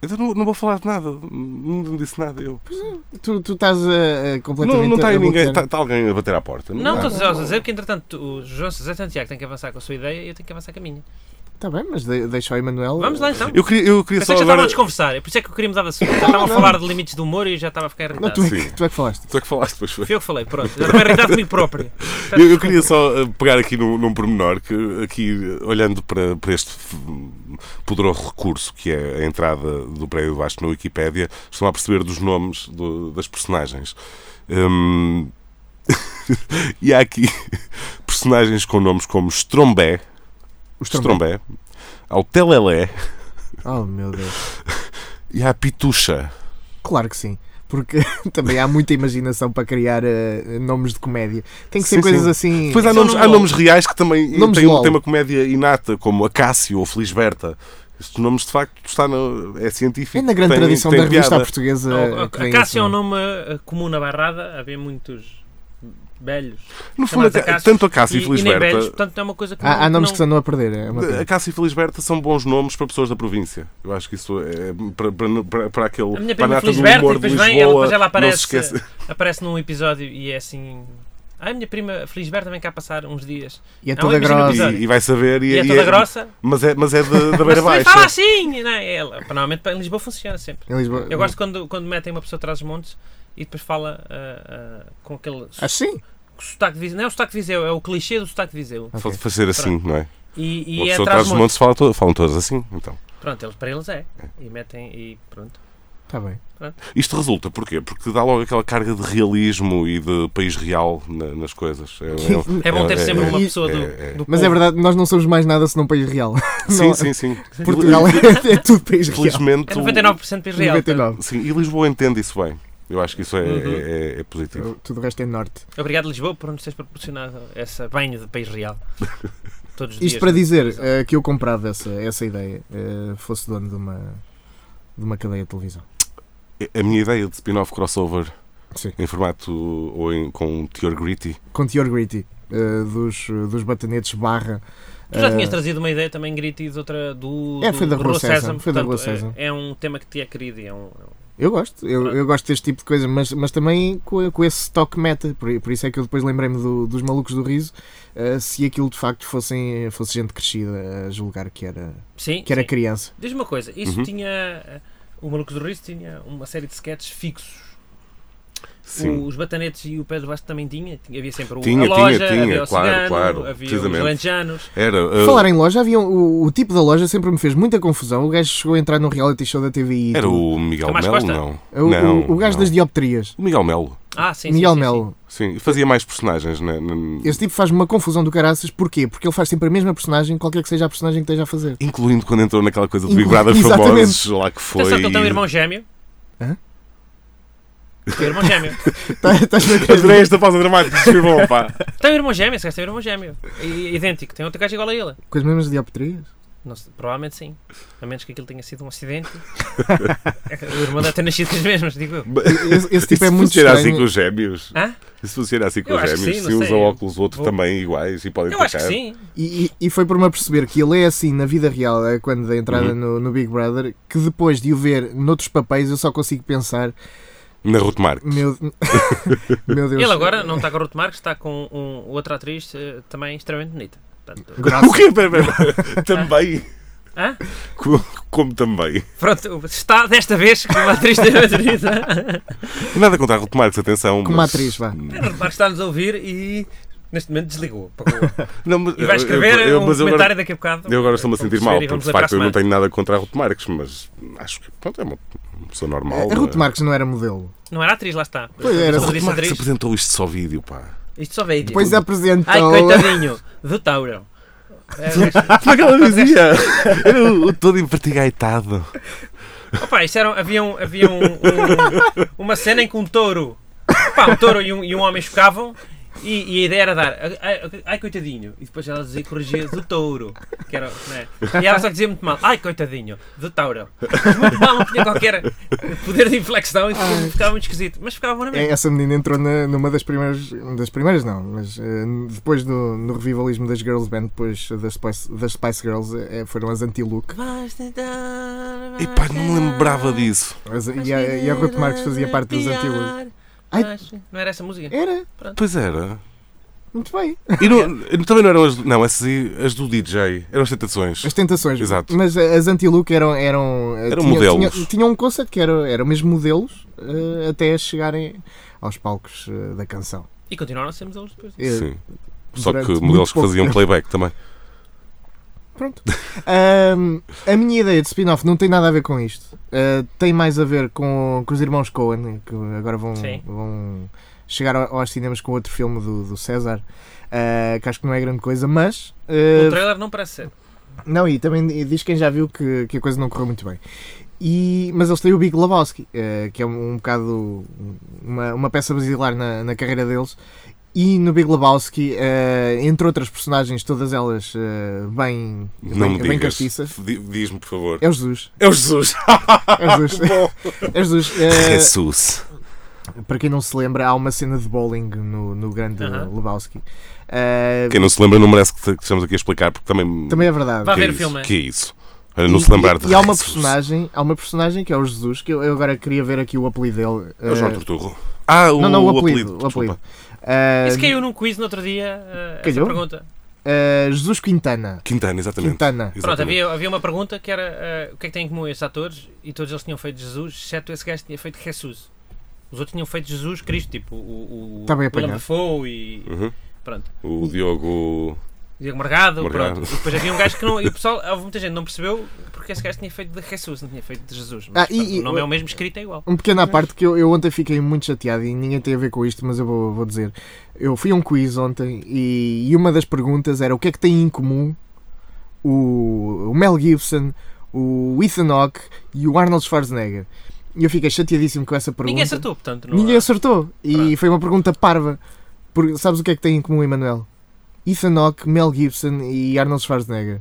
E: Eu não, não vou falar de nada, não, não disse nada eu.
C: Tu, tu estás eh, eh, completamente.
E: não, não está aí
C: a
E: ninguém,
C: bloquear.
E: está, está alguém a bater à porta. tá.
D: Não,
E: dá.
D: estou só a dizer que entretanto o João José Santiago tem que avançar com a sua ideia e eu tenho que avançar com a minha.
C: Tá bem, mas de- deixa o Emanuel.
D: Vamos lá então.
E: Eu queria, eu queria só
D: Pensei que já estavam
E: agora.
D: a desconversar, é por isso é que eu queria mudar de assunto. Já estavam a
C: não.
D: falar de limites do humor e eu já estava a ficar
C: Não,
D: irritado.
C: tu é, que,
E: Sim.
C: tu é que falaste.
E: Tu é que falaste, pois foi.
D: Fui eu que falei, pronto. Já estava irritado comigo próprio.
E: Eu, eu queria só eh, pegar aqui num, num pormenor que, aqui, eh, olhando para, para este hum, poderoso recurso que é a entrada do Prédio Vasco na Wikipédia, estão a perceber dos nomes do- das personagens. Hum, e há aqui personagens com nomes como Strombé,
C: Os trombos.
E: Strombé, ao Telelé
C: Oh meu Deus.
E: e à Pitucha.
C: Claro que sim. porque também há muita imaginação para criar eh, nomes de comédia. Tem que ser
E: Sim,
C: coisas
E: sim.
C: assim.
E: Depois há
D: Só
E: nomes,
D: no
E: há
D: LOL.
E: nomes reais que também eh,
C: Nomes
E: têm,
C: LOL.
E: têm uma comédia inata, como Acácio ou Felisberta. Estes nomes, de facto, está no- é científico.
C: É na grande
E: tem-
C: tradição
E: tem
C: da revista
E: piada.
C: portuguesa.
D: Não, a-
C: que
D: a
C: vem assim.
D: Cássio é
C: isso,
D: um
C: não.
D: nome eh, comum na Barrada, havia muitos velhos.
E: No fundo,
D: chamados
E: até-
D: Acácio,
E: é, tanto Acácio
D: e,
E: e
D: e nem velhos,
E: Felisberta.
D: portanto é uma coisa que
C: Há, há
D: não,
C: nomes que se andam a perder. É uma pena.
E: Acácio e Felisberta são bons nomes para pessoas da província. Eu acho que isso é para, para, para, para aquele.
D: A minha
E: para
D: prima
E: nata do
D: Felisberta, e
E: humor de
D: depois vem,
E: Lisboa,
D: ela, depois ela
E: Não se
D: aparece,
E: esquece.
D: aparece num episódio e é assim. Ai, a minha prima Felisberta vem cá passar uns dias.
C: E é
D: Não,
C: toda
D: imagina o
C: grossa.
D: episódio.
E: E, e vai saber. E,
D: Ah, E é
E: e
D: toda grossa.
E: Mas é, mas é da, da
D: Mas
E: beira
D: também fala
E: baixa.
D: assim! Não, é? ela, normalmente para- em Lisboa funciona sempre.
C: Em Lisboa.
D: Eu gosto quando, quando metem uma pessoa atrás dos montes e depois fala ah, ah, com aquele so-
C: Assim?
D: sotaque de Viseu. Não é o sotaque de Viseu, é o clichê do sotaque de Viseu.
E: Pode fazer assim, não é?
D: E,
E: Uma
D: e é
E: pessoa
D: atrás
E: atrás
D: dos
E: dos
D: montes.
E: montes fala to- falam todas assim, então.
D: Pronto, eles, para eles é. E metem e pronto.
C: Está Tá bem.
E: Isto resulta, porquê? Porque dá logo aquela carga de realismo e de país real na- nas coisas. um-
D: É bom ter sempre uma
C: E-
D: pessoa do,
E: é.
D: do
C: Mas
D: povo.
C: é verdade, nós não somos mais nada senão país real.
E: Sim,
C: Não-
E: sim, sim.
C: Portugal é, é tudo país real.
E: Felizmente.
D: É
E: o-
D: 99% país real.
C: 99.
E: Sim, e Lisboa entende isso bem. Eu acho que isso é,
D: Uhum.
E: é- é positivo.
C: Tudo o resto é norte.
D: Obrigado, Lisboa, por nos teres proporcionado esse banho de país real. Todos os dias.
C: Isto para dizer eh, que eu comprava essa, essa ideia, eh, fosse dono de uma, de uma cadeia de televisão.
E: É, A minha ideia de spin-off crossover
C: Sim.
E: em formato ou em- com um teor gritty.
C: Com Tior Gritty, eh, dos, dos batanetes barra.
D: Tu já
C: eh,
D: tinhas trazido uma ideia também, Grito, e de outra do.
C: É,
D: do
C: foi da Rua
D: Rua
C: Sésamo,
D: Sésamo,
C: foi da
D: portanto,
C: Rua Sésamo.
D: É, é um tema que te é querido e é um. é um-
C: Eu gosto, eu, eu gosto deste tipo de coisa, mas, mas também com, com esse toque meta, por, por isso é que eu depois lembrei-me do- dos malucos do riso, eh, se aquilo de facto fossem, fosse gente crescida a julgar que era,
D: Sim.
C: que era
D: sim.
C: criança.
D: Diz-me uma coisa, isso
E: Uhum.
D: tinha. eh, O Maluco do Riso tinha uma série de sketches fixos.
E: Sim.
D: Os Batanetes e o Pedro Basto também tinha. Tinha- Havia sempre o
E: Tinha,
D: a loja,
E: tinha, tinha,
D: havia o
E: claro,
D: cigano,
E: claro,
D: havia os
E: precisamente.
D: laranjanos.
E: Era.
C: Por
E: uh,
C: Falar em loja, havia um- o, o tipo da loja sempre me fez muita confusão. O gajo chegou a entrar no reality show da TVI. e
E: era
C: tudo.
E: o Miguel
D: Tomás
E: Melo,
D: Costa?
E: não.
C: o,
E: não,
C: o- o gajo
E: não.
C: das dioptrias.
E: O Miguel Melo.
D: Ah, sim, sim,
C: Miguel
D: sim, sim.
C: Melo.
E: Sim, fazia mais personagens. Né?
C: Esse tipo faz-me uma confusão do caraças. Porquê? Porque ele faz sempre a mesma personagem, qualquer que seja a personagem que esteja a fazer.
E: Incluindo quando entrou naquela coisa do
C: Inclu-
E: Big Brother
C: Exatamente.
E: Famosos, lá que foi.
D: Atenção que ele tem um irmão gêmeo.
C: Hã?
D: Tem um irmão gêmeo.
C: Tá- Estás-me a
E: Adorei
C: querer
E: esta pausa dramática, que bom, pá.
D: tem um irmão gêmeo, esse gajo tem um irmão gêmeo. I- idêntico. Tem outro gajo igual a ele.
C: com as mesmas dioptrias?
D: Não sei, provavelmente sim. A menos que aquilo tenha sido um acidente. É o irmão deve ter nascido com as mesmas, digo eu.
C: Esse, esse tipo é
E: Isso
C: muito
E: funciona assim
C: estranho.
E: com os gêmeos?
D: Hã?
E: Isso funciona assim com
D: Eu
E: os
D: acho que
E: gêmeos?
D: sim,
E: Se
D: não
E: usa
D: sei.
E: óculos, o outro
D: Vou-
E: também iguais e podem
D: Eu acho que
E: tocar.
D: sim.
C: E, e- e foi por me aperceber que ele é assim na vida real, eh, quando da entrada no, no Big Brother, que depois de o ver noutros papéis eu só consigo pensar:
E: Na Ruth Marques.
C: meu, meu Deus.
D: Ele agora não está com a Ruth Marques, está com um- outra atriz eh, também extremamente bonita. Portanto,
E: O quê? Pera, pera, pera. também.
D: Hã?
E: Co- Como, também.
D: pronto, está desta vez com uma atriz extremamente bonita.
E: Nada contra a Ruth Marques, atenção.
C: Como
E: mas-
C: atriz, vá.
D: A Ruth Marques está-nos a ouvir e neste momento desligou. apagou.
E: Não, mas-
D: E vai escrever
E: eu- eu-
D: um
E: mas eu
D: comentário
E: agora-
D: daqui a bocado.
E: Eu agora estou-me a
D: Vamos
E: sentir
D: ver
E: mal,
D: e
E: porque
D: vamos
E: de
D: ver para
E: facto eu
D: a
E: não
D: semana.
E: tenho nada contra a Ruth Marques, mas acho que pronto, é uma uma pessoa normal.
C: A Ruth
E: né?
C: Marques não era modelo.
D: Não era atriz, lá está.
C: Pois era,
D: Eu
E: A
D: só
E: Ruth
D: disse
E: Marques
D: atriz.
E: apresentou isto só vídeo, pá.
D: Isto só veio.
E: é,
C: Depois apresentou.
D: Ai,
E: então.
D: coitadinho, do Tauro. É,
E: Como é que ela dizia? Era o, o todo empertigaitado.
D: Opa, isto era, havia, um, havia um- um- uma cena em que um touro, opa, um touro e um, e um homem chocavam e, e a ideia era dar, ai, ai, coitadinho, e depois ela dizia, corrigia, do touro, que era, né? e ela só dizia muito mal, ai coitadinho, do touro, Mas muito mal, não tinha qualquer poder de inflexão e ficava, ficava muito esquisito, mas ficava bom na
C: É,
D: mesma.
C: Essa menina entrou na- numa das primeiras, das primeiras não, mas eh, depois do no revivalismo das Girls Band, depois das Spice, das Spice Girls, eh, foram as anti-look.
D: Vais tentar,
E: E pá, não me lembrava disso.
C: As- E a, e a Ruth Marques fazia parte dos anti-look. Ai. É.
D: Não era essa música?
C: Era,
E: Pois era.
C: muito bem.
E: E não- também não eram as. Não, essas aí, as do DJ. Eram as tentações.
C: As tentações.
E: Exato.
C: Mas eh, as anti-look eram. Eram, eh,
E: Eram
C: tinha-
E: modelos.
C: tinha- Tinham um conceito que era, eram mesmo modelos eh, até chegarem aos palcos eh, da canção.
D: E continuaram a ser modelos depois.
C: Eh,
E: Sim. Só
C: durante
E: que
C: muito
E: modelos que
C: pouco
E: faziam
C: tempo.
E: playback também.
C: Pronto. Ahm, a minha ideia de spin-off não tem nada a ver com isto. Ah, tem mais a ver com, com os irmãos Cohen, que agora vão,
D: Sim.
C: vão chegar ao- aos cinemas com outro filme do, do César, ah, que acho que não é grande coisa, mas.
D: O
C: ah,
D: trailer não parece ser.
C: não, e também diz quem já viu que, que a coisa não correu muito bem. E, mas eles têm o Big Lebowski, eh, que é um, um bocado uma, uma peça basilar na, na carreira deles. E no Big Lebowski, eh, entre outras personagens, todas elas eh, bem,
E: Não
C: bem,
E: me
C: bem
E: digas.
C: castiças,
E: Di- Diz-me, por favor.
C: é o Jesus.
E: É o Jesus.
C: É o Jesus. É o Jesus. Eh,
E: Jesus.
C: para quem não se lembra, há uma cena de bowling no, no grande
D: Aham.
C: Lebowski. Eh,
E: Quem não se lembra não merece que que estamos aqui a explicar, porque também...
C: Também é verdade.
D: Vá
E: que
D: ver o
E: isso?
D: filme.
E: Que é isso? Olha, não
C: E-
E: se lembrar de
C: e, e há uma
E: Jesus.
C: personagem, há uma personagem que é o Jesus, que eu, eu agora queria ver aqui o apelido dele.
E: É o João
C: eh,
E: Turturro. Ah, o,
C: não, não, o
E: apelido.
C: apelido. O
E: desculpa.
C: apelido. Eh,
D: Isso caiu num quiz no outro dia, eh, essa
C: Calhou?
D: pergunta.
C: eh, Jesus Quintana.
E: Quintana, exatamente.
C: Quintana.
E: Exatamente.
D: Pronto, havia, havia uma pergunta que era eh, o que é que têm em comum estes atores e todos eles tinham feito Jesus, exceto esse gajo que tinha feito Jesus. Os outros tinham feito Jesus Cristo, tipo o, o,
C: Tá bem
D: o
C: apanhado.
D: Lambafou e
E: Uhum.
D: pronto,
E: O Diogo.
D: Diego Margado,
E: Morgado.
D: pronto. E depois havia um gajo que não. E o pessoal, houve muita gente que não percebeu porque esse gajo tinha feito de Jesus, não tinha feito de Jesus. Mas,
C: Ah, e-
D: pronto,
C: e-
D: o nome é o mesmo, escrito é igual.
C: Um pequeno à parte que eu, eu ontem fiquei muito chateado e ninguém tem a ver com isto, mas eu vou, vou dizer. Eu fui a um quiz ontem e, e uma das perguntas era o que é que tem em comum o, o Mel Gibson, o Ethan Hawke e o Arnold Schwarzenegger. E eu fiquei chateadíssimo com essa pergunta.
D: Ninguém acertou, portanto. Não
C: Ninguém
D: há-
C: acertou. E
D: Pronto.
C: foi uma pergunta parva. Porque sabes o que é que tem em comum, Emanuel? Ethan Hawke, Mel Gibson e Arnold Schwarzenegger.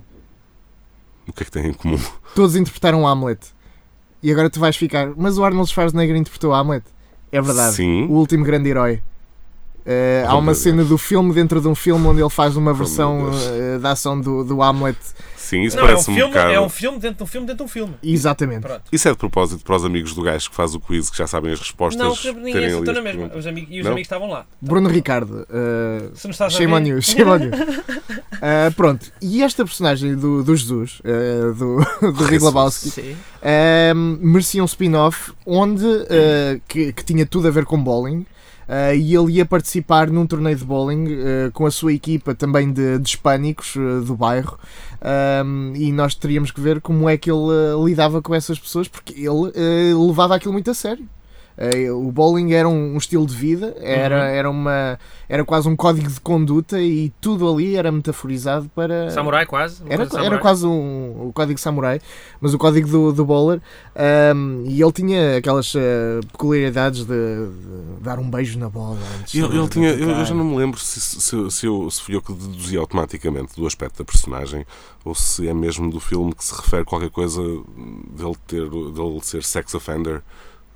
E: O que é que tem em comum?
C: Todos interpretaram Hamlet. E agora tu vais ficar. Mas o Arnold Schwarzenegger interpretou Hamlet. É verdade.
E: Sim.
C: O último grande herói. Eh, há
E: Oh,
C: uma
E: meu
C: cena do filme dentro de um filme onde ele faz uma versão
E: Deus.
C: eh, da ação do, do Hamlet.
E: Sim, isso
D: Não, é um,
E: parece um,
D: filme,
E: bocado.
D: é um filme dentro de um filme dentro de um filme.
C: Exatamente.
D: Pronto.
E: Isso é de propósito para os amigos do gajo que faz o quiz, que já sabem as respostas.
D: Não, que ninguém
E: terem ali
D: acertou
E: as
D: na mesma.
E: perguntas.
D: Os amigos, e os
E: Não?
D: amigos estavam lá.
C: Bruno Ricardo. eh,
D: Se nos estás a
C: Shame
D: ver-
C: on you, shame on you. Ah, pronto, e esta personagem do, do Jesus, ah, do, do Big
E: Jesus.
C: Lebowski,
D: Sim.
C: ah, merecia um spin-off onde, ah, que, que tinha tudo a ver com bowling. ah, e ele ia participar num torneio de bowling ah, com a sua equipa também de, de hispânicos ah, do bairro Ah, e nós teríamos que ver como é que ele ah, lidava com essas pessoas porque ele ah, levava aquilo muito a sério Ah, o bowling era um, um estilo de vida era,
D: Uhum.
C: era uma era quase um código de conduta e tudo ali era metaforizado para.
D: Samurai quase. é uma
C: Eh, Era,
D: coisa de
C: era
D: samurai.
C: quase um, o código samurai, mas o código do, do bowler. ahm, e ele tinha aquelas ah, peculiaridades de, de dar um beijo na bola. Antes
E: E
C: de-
E: Ele, ele
C: de
E: tinha, eu, eu
C: tocar.
E: já não me lembro se, se, se, eu, se fui eu que deduzi automaticamente do aspecto da personagem ou se é mesmo do filme que se refere qualquer coisa dele, ter, dele ser sex offender.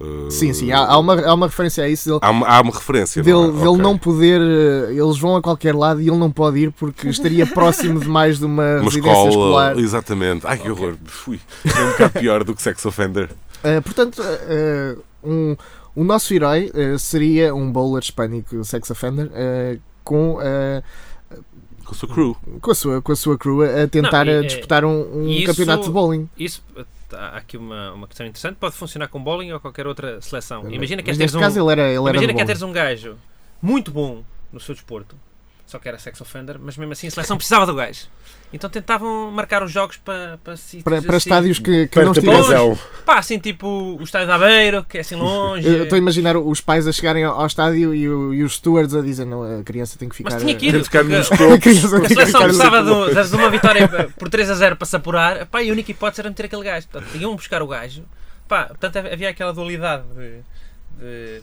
E: eh,
C: Sim, sim, há, há uma, há uma referência a isso. Dele,
E: Há uma, há uma referência.
C: dele,
E: não, é?
C: dele
E: Ok.
C: não poder. ah, Eles vão a qualquer lado e ele não pode ir porque estaria próximo de mais de uma,
E: Uma
C: residência
E: escola,
C: escolar.
E: exatamente. Ai que horror, fui. É um bocado pior do que sex offender.
C: Uh, portanto, uh, uh, um, o nosso herói uh, seria um bowler hispânico sex offender uh, com, uh,
E: Com o seu crew.
C: com, a sua, com a sua crew a tentar
D: Não, e- é,
C: uh, disputar um, um
D: e isso-
C: campeonato de bowling.
D: Isso, eh, há aqui uma, uma questão interessante. Pode funcionar com bowling ou qualquer outra seleção. Imagina que
C: Mas
D: és teres
C: neste
D: um,
C: caso ele era, ele era
D: imagina
C: de
D: que é
C: bowling.
D: teres um gajo muito bom no seu desporto, só que era sex offender, mas mesmo assim a seleção precisava do gajo. Então tentavam marcar os jogos para para, si-
C: para, para
D: assim-
C: estádios que, que não estivessem.
D: prisão. Pá, assim tipo o estádio da Beira, que é assim longe.
C: Eu Estou a imaginar os pais a chegarem ao, ao estádio e, o- e os stewards a dizer: não, a criança tem que ficar.
D: mas
C: uh,
D: tinha que ir.
E: Ficar
D: porque
E: nos
C: a criança
D: A
C: tem que
D: seleção
C: ficar.
D: precisava do- de, de uma vitória eh, por 3 a 0 para se apurar. Pá, e a única hipótese era meter aquele gajo. Portanto, iam buscar o gajo. Pá, portanto, havia aquela dualidade de. de-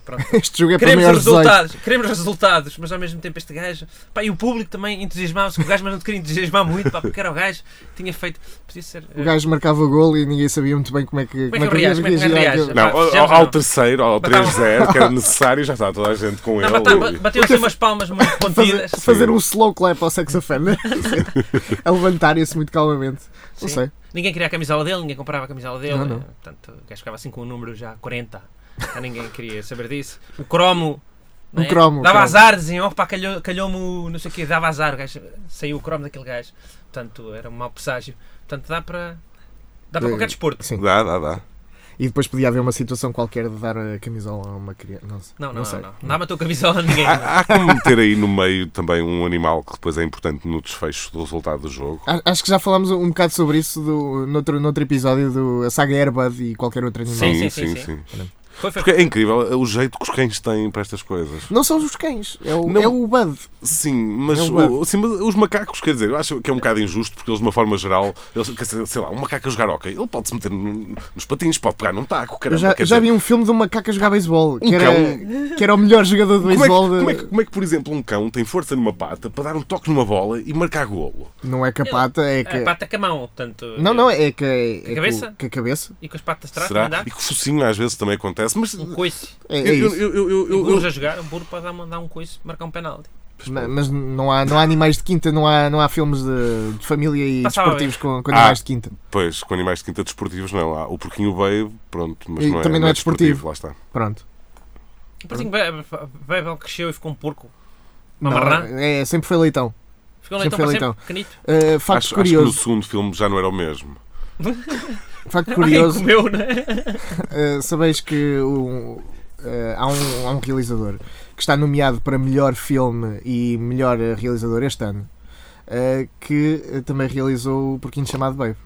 D: pronto.
C: Este jogo é para
D: Queremos
C: maiores de 18.
D: resultados, queremos resultados, mas ao mesmo tempo este gajo. Pá, e o público também entusiasmava-se. com O gajo, mas não te queria entusiasmar muito, pá, porque era o gajo que tinha feito. Podia ser. eh,
C: O gajo marcava o gol e ninguém sabia muito bem como é que,
D: Como é que reage? Como é que
C: reagia
D: reage?
C: àquilo.
E: Não,
D: Pá,
E: ao,
D: fizemos
E: ao
D: ou não?
E: terceiro, ao
D: Batava-
E: 3-0, que era necessário, já está toda a gente com
D: não,
E: ele.
D: bata- eh, tá, ba- Bateu-se umas palmas muito
C: fazer,
D: pontidas.
C: fazer um slow clap ao sex offender a levantarem-se muito calmamente. Não
D: Sim.
C: sei.
D: Ninguém queria a camisola dele, ninguém comprava a camisola dele.
C: Não, não.
D: eh, Portanto, o gajo ficava assim com o número já 40. Já ninguém queria saber disso. O cromo. não
C: O cromo,
D: Dava
C: o cromo.
D: azar, diziam, opa, calhou- calhou-me o não sei o quê, dava azar. O gajo, saiu o cromo daquele gajo. Portanto, era um mau presságio. Portanto, dá para. Dá para
C: Eh,
D: qualquer desporto.
C: Sim.
E: Dá, dá, dá.
C: E depois podia haver uma situação qualquer de dar a camisola a uma criança. Não, sei.
D: Não, não, não.
C: sei.
D: Não, não. dá-me a tua camisola a ninguém.
E: Há, há como meter aí no meio também um animal que depois é importante no desfecho do resultado do jogo.
C: A- Acho que já falámos um bocado sobre isso do, noutro, noutro episódio do a saga Airbud e qualquer outro animal.
D: Sim, sim, sim, sim. Foi, foi.
E: Porque é incrível o jeito que os cães têm para estas coisas.
C: Não são os cães, é o,
E: Não.
C: é o Bud.
E: Sim mas,
C: É um bug.
E: o- sim, mas os macacos, quer dizer, eu acho que é um bocado injusto porque eles, de uma forma geral, eles, quer dizer, sei lá, um macaco a jogar ok, ele pode se meter num- nos patins, pode pegar num taco,
C: Eu
E: caramba,
C: já,
E: quer
C: já
E: dizer,
C: vi um filme de um macaco a jogar beisebol,
E: Um
C: que, era,
E: cão.
C: que era o melhor jogador de
E: como é, que,
C: beisebol.
E: como, é
C: da-
E: que, como é que, por exemplo, um cão tem força numa pata para dar um toque numa bola e marcar golo?
C: Não é que a pata, é que.
D: É, pata com a mão, portanto.
C: Não, não, é que. É, é que o-
D: cabeça?
C: Que a cabeça.
D: E com as patas de trás, para
E: Será?
D: andar.
E: E que o focinho às vezes também acontece, mas.
D: Um coice.
C: É, é
E: Eu, eu,
C: isso.
E: eu, eu, eu- eu-
D: Burros a jogar, um burro para dar, mandar um coice, marcar um penalti.
C: Ma- Mas não há, não há animais de quinta, não há, não há filmes de, de família e
D: Passava
C: desportivos com, com
E: Ah,
C: animais de quinta.
E: Pois, com animais de quinta desportivos, não. Há o porquinho babe, pronto, mas
C: E
E: não é,
C: também não é desportivo.
E: Lá está.
C: Pronto.
D: Parece que Be- Be- Bebel cresceu e ficou um porco. Uma
C: Não,
D: marrã.
C: é, sempre foi leitão.
D: Ficou um
C: sempre foi
D: leitão para sempre,
C: leitão.
D: pequenito.
C: Uh, facto
E: Acho, acho que no
C: curioso.
E: segundo filme já não era o mesmo.
C: Facto curioso.
D: Curioso. comeu, né?
C: Uh, sabeis que o- uh, há, um, há um realizador que está nomeado para melhor filme e melhor uh, realizador este ano uh, que uh, também realizou o Porquinho Chamado Babe.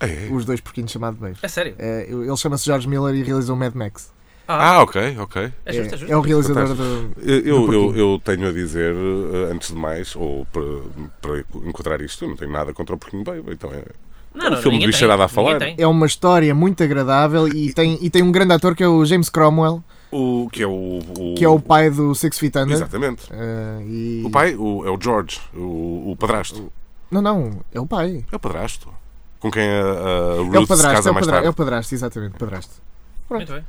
E: É.
C: Os dois Porquinhos Chamado Babe.
D: É sério.
C: Uh, ele chama-se Jorge Miller e realizou Mad Max.
D: Ah,
E: Ah, ok, ok.
D: é justo, é
C: é o
D: justo.
C: realizador do. Do
E: Eu, eu,
C: porquinho.
E: eu tenho a dizer, eh, antes de mais, ou para, para encontrar isto, eu não tenho nada contra o porquinho babe, então é.
D: Não, não,
E: o filme
D: ninguém
E: do bicho
D: tem,
E: era a dar a
D: ninguém
E: falar.
D: tem.
C: É uma história muito agradável e tem, e tem um grande ator que é o James Cromwell,
E: O que é o. o-
C: que é o né? pai do Six Feet Under.
E: Exatamente.
C: Uh, e-
E: O pai o- é o George, o, o padrasto.
C: Não, não, é o pai.
E: É o padrasto. Com quem a, a Ruth
C: É o
E: se
C: padrasto,
E: casa
C: é o
E: mais
C: padrasto,
E: tarde.
C: é o padrasto, exatamente, padrasto.
D: Muito bem.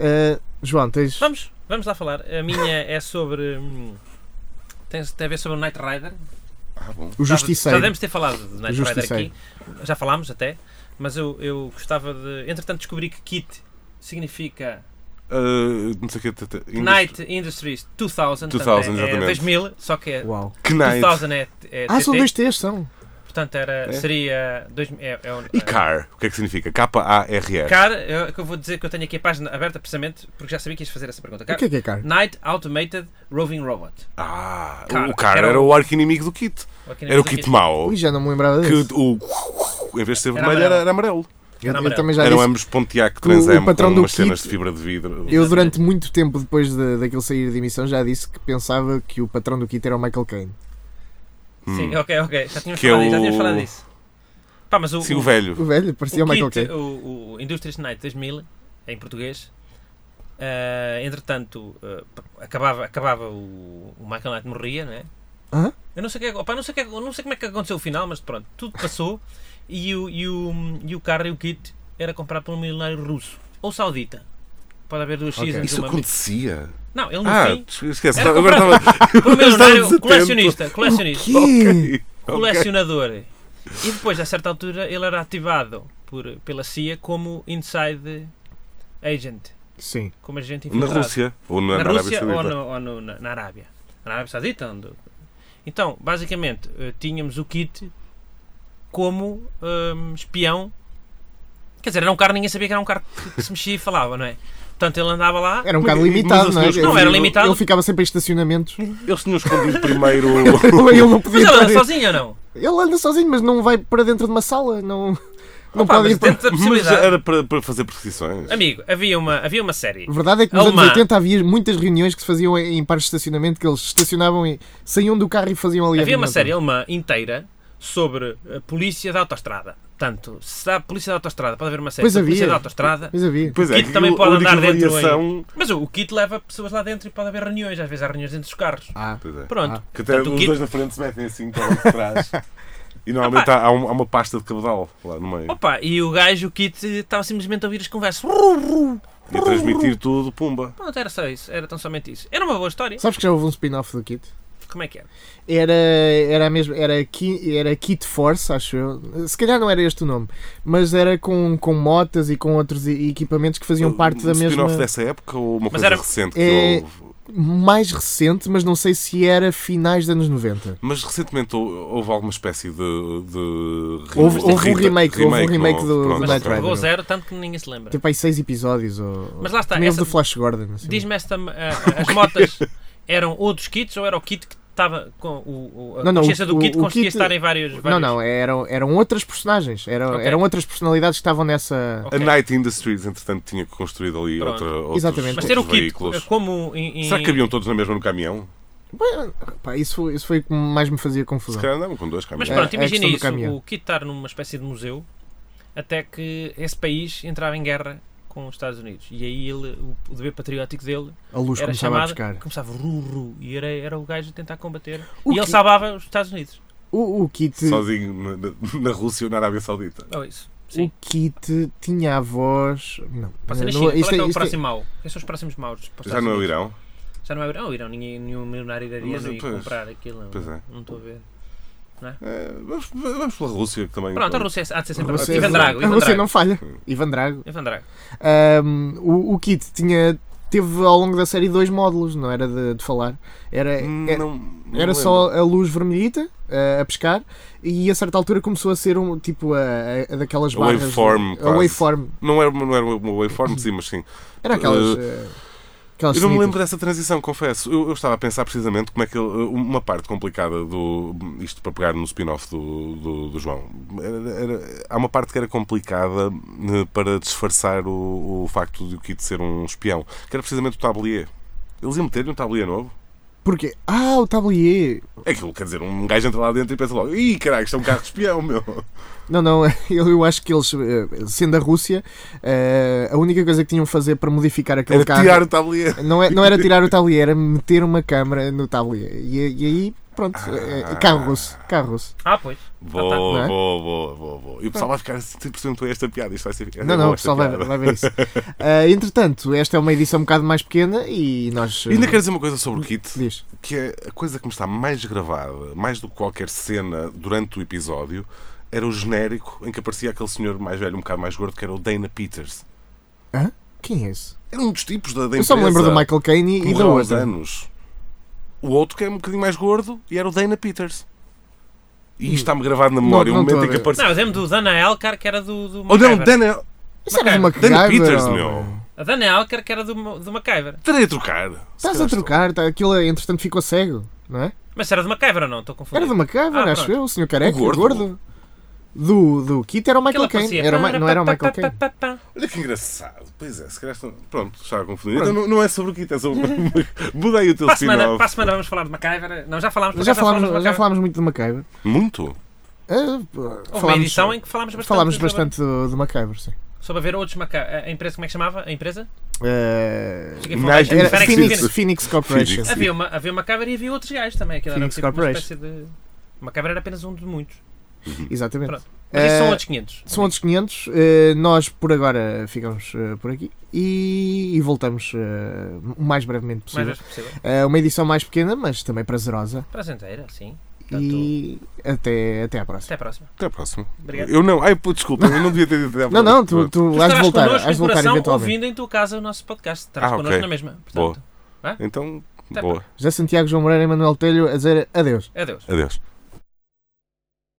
C: Uh, João, tens.
D: Vamos, vamos lá falar. A minha é sobre. hum, Tem, tem a ver sobre o Knight Rider.
E: Ah, bom.
C: O
D: Já- Já
C: Justiceiro.
D: devemos ter falado de Knight Rider
C: Justiceiro.
D: aqui. Já falámos até. Mas eu, eu gostava de. Entretanto, descobri que Kit significa
C: é
E: Ah, não sei o que. t- t-
D: Knight Industries 2000.
E: 2000,
D: portanto, é- é
E: exatamente.
D: 2000, só que é.
C: Uau.
E: Que Knight.
D: 2000 é, é
C: Ah, são
D: TT,
C: dois T's, são.
D: Portanto, era,
E: É.
D: seria. Dois, é, é um-
E: E
D: é-
E: car. O que é que significa? K-A-R-R.
D: Car, eu, é que eu vou dizer que eu tenho aqui a página aberta precisamente porque já sabia que ias fazer essa pergunta.
C: O
D: Car,
C: que é que é caro?
D: Knight Automated Roving Robot.
E: Ah,
D: Car,
E: o car
D: que era
E: era
D: o-
E: o arco-inimigo do Kit.
D: Ok, não
E: Era o
D: sei é.
E: Kit mau.
C: Ui, já não me lembrava
E: Que
C: disso.
E: o. Em vez de ser
D: Era
E: vermelho, era, era amarelo.
C: Eu,
D: Era
C: eu
D: amarelo.
C: também já
E: Eram
C: disse.
E: ambos Pontiac
C: que o- o
E: Trans Am com
C: patrão do
E: umas cenas
C: Kit-
E: de fibra de vidro.
C: Eu, durante muito tempo depois de, daquilo sair de emissão, já disse que pensava que o patrão do kit era o Michael Caine.
D: Sim, ok, ok. Já tínhamos,
E: Que é
D: falado, disso, já tínhamos
E: o-
D: falado disso. Pá, mas o,
E: Sim,
D: o,
E: o velho.
C: O velho parecia é o,
D: o
C: Michael
D: kit,
C: Caine.
D: o, o Industries Night 2000, em português, ah, entretanto, ah, p- acabava, acabava o, o Michael Knight morria, não é?
C: Hã?
D: Eu não sei, o que, é- opá, não, sei o que, é- não sei como é que aconteceu o final, mas pronto, tudo passou e o, e o, e o carro e o kit era comprado por um milionário russo ou saudita. Pode haver duas X
C: Ok.
D: antes de
E: Isso
D: uma
E: acontecia.
D: Não, ele no
E: Ah,
D: fim,
E: esquece.
D: Era
E: Agora estava.
D: por um milionário
E: desatento.
D: colecionista, colecionista,
E: Ok, ok.
D: colecionador. E depois, a certa altura, ele era ativado por, pela CIA como inside agent,
C: Sim.
D: como agente
E: Na
D: infiltrado.
E: Rússia. Ou na,
D: na
E: na Arábia
D: Rússia ou,
E: Saudita.
D: no- ou no- na, na Arábia. Na Arábia Saudita. Onde... Então, basicamente, eh, tínhamos o kit como hum, espião. Quer dizer, era um carro, ninguém sabia que era um carro que, que se mexia e falava, não é? Portanto, ele andava lá.
C: Era um
E: Mas-
C: bocado
E: mas
C: limitado,
E: os
C: não é?
E: meus- Não,
D: era
C: Ele-
D: limitado.
C: Ele ficava sempre em estacionamentos.
E: Eles tinham escondido primeiro.
C: ele não
D: Mas
C: podia
D: ele anda
C: entrar.
D: sozinho ou não?
C: Ele anda sozinho, mas não vai para dentro de uma sala. Não, não
D: Opa,
C: pode
D: mas
C: ir para...
D: dentro da
E: um Mas
D: possibilidade.
E: era para, para fazer prescrições.
D: Amigo, havia uma, havia uma série.
C: A verdade é que nos
D: Alemã.
C: anos 80 havia muitas reuniões que se faziam em em pares de estacionamento, que eles estacionavam e saíam do carro e faziam ali a
D: Havia uma
C: reunião
D: série alemã inteira sobre a polícia da autostrada. Portanto, se há polícia da autostrada, pode haver uma série
C: Pois
D: sobre a polícia
C: havia.
D: da autostrada.
C: Mas havia.
E: Pois é,
D: Kit também
E: aquilo-
D: pode
E: a única
D: andar dentro em-
E: variação-
D: Mas o, o kit leva pessoas lá dentro e pode haver reuniões. Às vezes há reuniões dentro dos carros.
C: Ah,
E: Pois é.
D: Pronto.
C: Ah.
E: Que até
D: Portanto, o
E: os
D: kit-
E: dois na frente se metem assim para lá de trás. E normalmente há, há um- há uma pasta de cabedal lá no meio.
D: Opa, e o gajo, o kit, estava simplesmente a ouvir as conversas.
E: E a transmitir tudo, pumba.
D: Pronto, era só isso. Era tão somente isso. Era uma boa história.
C: sabes que já houve um spin-off do Kit?
D: Como é que era?
C: Era, era, a mesma, era, Ki- era Kit Force, acho eu. Se calhar não era este o nome, mas era com, com motas e com outros e- equipamentos que faziam parte da
E: Um spin-off
C: mesma.
E: dessa época ou uma
D: Mas
E: coisa
D: era-
E: recente que
C: É-
E: houve?
C: Mais recente, mas não sei se era finais dos anos 90.
E: Mas recentemente hou- houve alguma espécie de. de-
C: Houve-
E: de
C: houve um
E: rita-
C: remake, houve um remake
E: não
C: do- do
E: Pronto,
C: Knight
E: ok.
C: Rider.
D: Pegou zero, tanto que ninguém se lembra.
C: Tem para Tipo, aí 6 episódios. Ou...
D: Mas lá está,
C: Também houve
D: essa- eh,
C: do Flash Gordon. assim.
D: Diz-me esta. a- a- as motas eram outros kits ou era o kit que estava com o, o- a
C: Não, não,
D: consciência
C: o-
D: do Kit
C: o- o
D: conseguia
C: Kit-
D: estar em vários.
C: Não,
D: vários-
C: não, eram, eram outras personagens, eram,
D: Ok.
C: eram outras personalidades que estavam nessa.
D: Ok.
E: A Night Industries, entretanto, tinha construído ali
D: Pronto.
E: outra, outros,
C: Exatamente.
D: Mas ter o
E: outros
D: Kit
E: veículos.
D: como em. em-
E: Será que cabiam todos na mesma no caminhão?
C: Bem, pá, isso, isso foi o que mais me fazia
E: Se
C: confusão.
E: calhar andavam com dois caminhões.
D: Mas
C: É,
D: pronto,
C: é a
D: imagina
C: questão do
D: isso:
C: caminhão.
D: o Kit estar numa espécie de museu até que esse país entrava em guerra com os Estados Unidos. E aí ele, o o dever patriótico dele
C: A luz
D: era
C: começava a
D: chamada,
C: buscar.
D: começava ru, ru, e era, era o gajo a tentar combater.
C: O
D: e ele
C: Kit-
D: salvava os Estados Unidos.
C: O, o Kit,
E: Sozinho na, na- na Rússia ou na Arábia Saudita.
D: É isso.
C: o
D: Sim.
C: Kit tinha a voz. Não,
D: Pode ser na
C: não-
D: China. Qual é que é o
C: isto
D: próximo mau? Quem são os próximos maus? para os
E: Já
D: Estados
E: não é o
D: Unidos?
E: Irão?
D: Já não é o Irão. Irão, ninguém, nenhum milionário iria
E: Mas,
D: nem
E: pois,
D: comprar aquilo. não-
E: pois é.
D: Não estou a ver.
E: É, vamos, vamos pela Rússia que também.
D: Pronto, a Rússia há de ser sempre.
C: Você-
D: Ivan Drago.
C: a
D: Ivan
C: Rússia
D: Drago.
C: não falha. Ivan Drago.
D: Ivan Drago.
C: Ahm, o, o Kit tinha, teve ao longo da série dois módulos, não era de, de falar. Era,
E: Hum,
C: era,
E: não- não
C: É, era
E: lembro.
C: só a luz vermelhita ah, a pescar e a certa altura começou a ser um tipo a, a- a daquelas
E: A
C: barras.
E: waveform,
C: A
E: quase.
C: waveform.
E: Não era, não era uma waveform, sim, mas sim.
C: Era aquelas.
E: Uh,
C: ah, aquelas
E: Eu não me
C: sonitas.
E: lembro dessa transição, confesso. Eu, eu estava a pensar precisamente como é que ele, uma parte complicada do. Isto para pegar no spin-off do, do, do João. Era- era- há uma parte que era complicada né, para disfarçar o, o facto de o Kit ser um espião, que era precisamente o tablier. Eles iam meter-lhe um tablier novo.
C: Porquê? Ah, o tablier.
E: É Aquilo, quer dizer, um gajo entra lá dentro e pensa logo: ih, caralho, isto é um carro de espião, meu.
C: Não, não, eu eu acho que eles, eh, sendo a Rússia, eh, a única coisa que tinham de fazer para modificar aquele
E: Era
C: É um carro
E: tirar o tablier.
C: Não, é- não era tirar o tablier, era meter uma câmara no tablier. E, e aí, pronto,
E: Ah.
C: eh, carro russo, carro russo.
D: Ah, pois.
E: Boa,
C: Não é?
E: boa, boa, boa, boa. E o pessoal vai ficar 100% a esta piada. Isto vai ser. é
C: Não,
E: boa
C: não, o
E: esta
C: pessoal vai,
E: piada.
C: vai ver isso. Eh, entretanto, esta é uma edição um bocado mais pequena e nós. eh,
E: Ainda quero dizer uma coisa sobre o kit.
C: Diz.
E: que é a coisa que me está mais gravada, mais do que qualquer cena durante o episódio, era o genérico em que aparecia aquele senhor mais velho, um bocado mais gordo, que era o Dana Peters.
C: Hã? Quem é esse?
E: Era um dos tipos da, da
C: Eu só me lembro do Michael Caine e da
E: morreu aos
C: outra.
E: anos. O outro que é um bocadinho mais gordo e era o Dana Peters. E isto está-me gravado na memória,
C: não
E: o momento
C: estou
E: em que
C: a ver.
E: apareceu.
D: Não, eu lembro é do Dana Elkar, que era do. do
E: Oh não,
D: MacGyver.
E: Dana,
C: Isso era uma
E: Dana
C: cagada,
E: Peters,
C: homem.
E: meu.
D: A Dana Elkar, que era do, Ma- do MacGyver.
E: Estarei a trocar. Se
C: Estás
E: calhar
C: a
E: estou.
C: trocar, tá, aquilo entretanto ficou cego, não é?
D: Mas era do MacGyver ou não? Estou confundido.
C: Era de uma câmara,
D: Ah,
C: acho
D: pronto.
C: eu, o senhor careca,
E: O
C: o
E: gordo.
C: gordo. Do, do Kit era o Michael Caine. Era o Ma- não era o Michael Caine.
D: Caine.
E: Olha que engraçado. Pois é, se calhar estão... Pronto, estava confundido. Então não, não é sobre o kit, é sobre. Muda aí o teu
D: Para a, semana,
E: spin-off.
D: para a semana vamos falar de MacGyver. Não, já falámos. por
C: Mas Já
D: acaso
C: falámos,
D: de
C: já
D: MacGyver.
C: falámos muito de Macabre.
E: Muito.
C: Ah, pô,
D: Houve uma
C: falámos-
D: edição em que falámos bastante.
C: Falámos
D: sobre-
C: bastante do, do Macabre, sim.
D: Sobre haver outros Macabre. A empresa, como é que chamava? A empresa?
C: Eh,
D: Cheguei a
E: Não,
D: falar disto.
E: era
C: era
D: Phoenix-
C: Phoenix,
D: Phoenix.
C: Phoenix Corporation.
E: Phoenix.
D: Havia, uma, havia Macabre e havia outros gajos também. Aquilo
C: Phoenix
D: era tipo uma
C: Corporation.
D: espécie de. Macabre era apenas um de muitos.
C: Exatamente.
D: Pronto. Mas isso
C: Eh,
D: são outros 500.
C: São outros 500. eh, nós, por agora, ficamos eh, por aqui e, e voltamos eh, o mais brevemente
D: Mais
C: possível.
D: vezes possível.
C: Eh, uma edição mais pequena, mas também prazerosa.
D: Para a senteira, sim.
C: E até, até à próxima.
D: Até à próxima.
E: Até à próxima.
D: Obrigado.
E: Eu não. Ai, pô, desculpa, eu não devia ter dito até à
C: Não,
E: próxima.
C: não, tu, tu
D: Tu
C: has de
D: estarás
C: voltar,
D: connosco
C: has de
D: em
C: voltar
D: coração,
C: eventualmente.
D: ouvindo em tua casa o nosso podcast. Estarás
E: Ah,
D: connosco
E: ok.
D: na mesma. Portanto,
E: Boa. Então,
D: Tá.
E: boa.
C: José Santiago João Moreira e Manuel Telho a dizer adeus.
D: Adeus.
E: Adeus.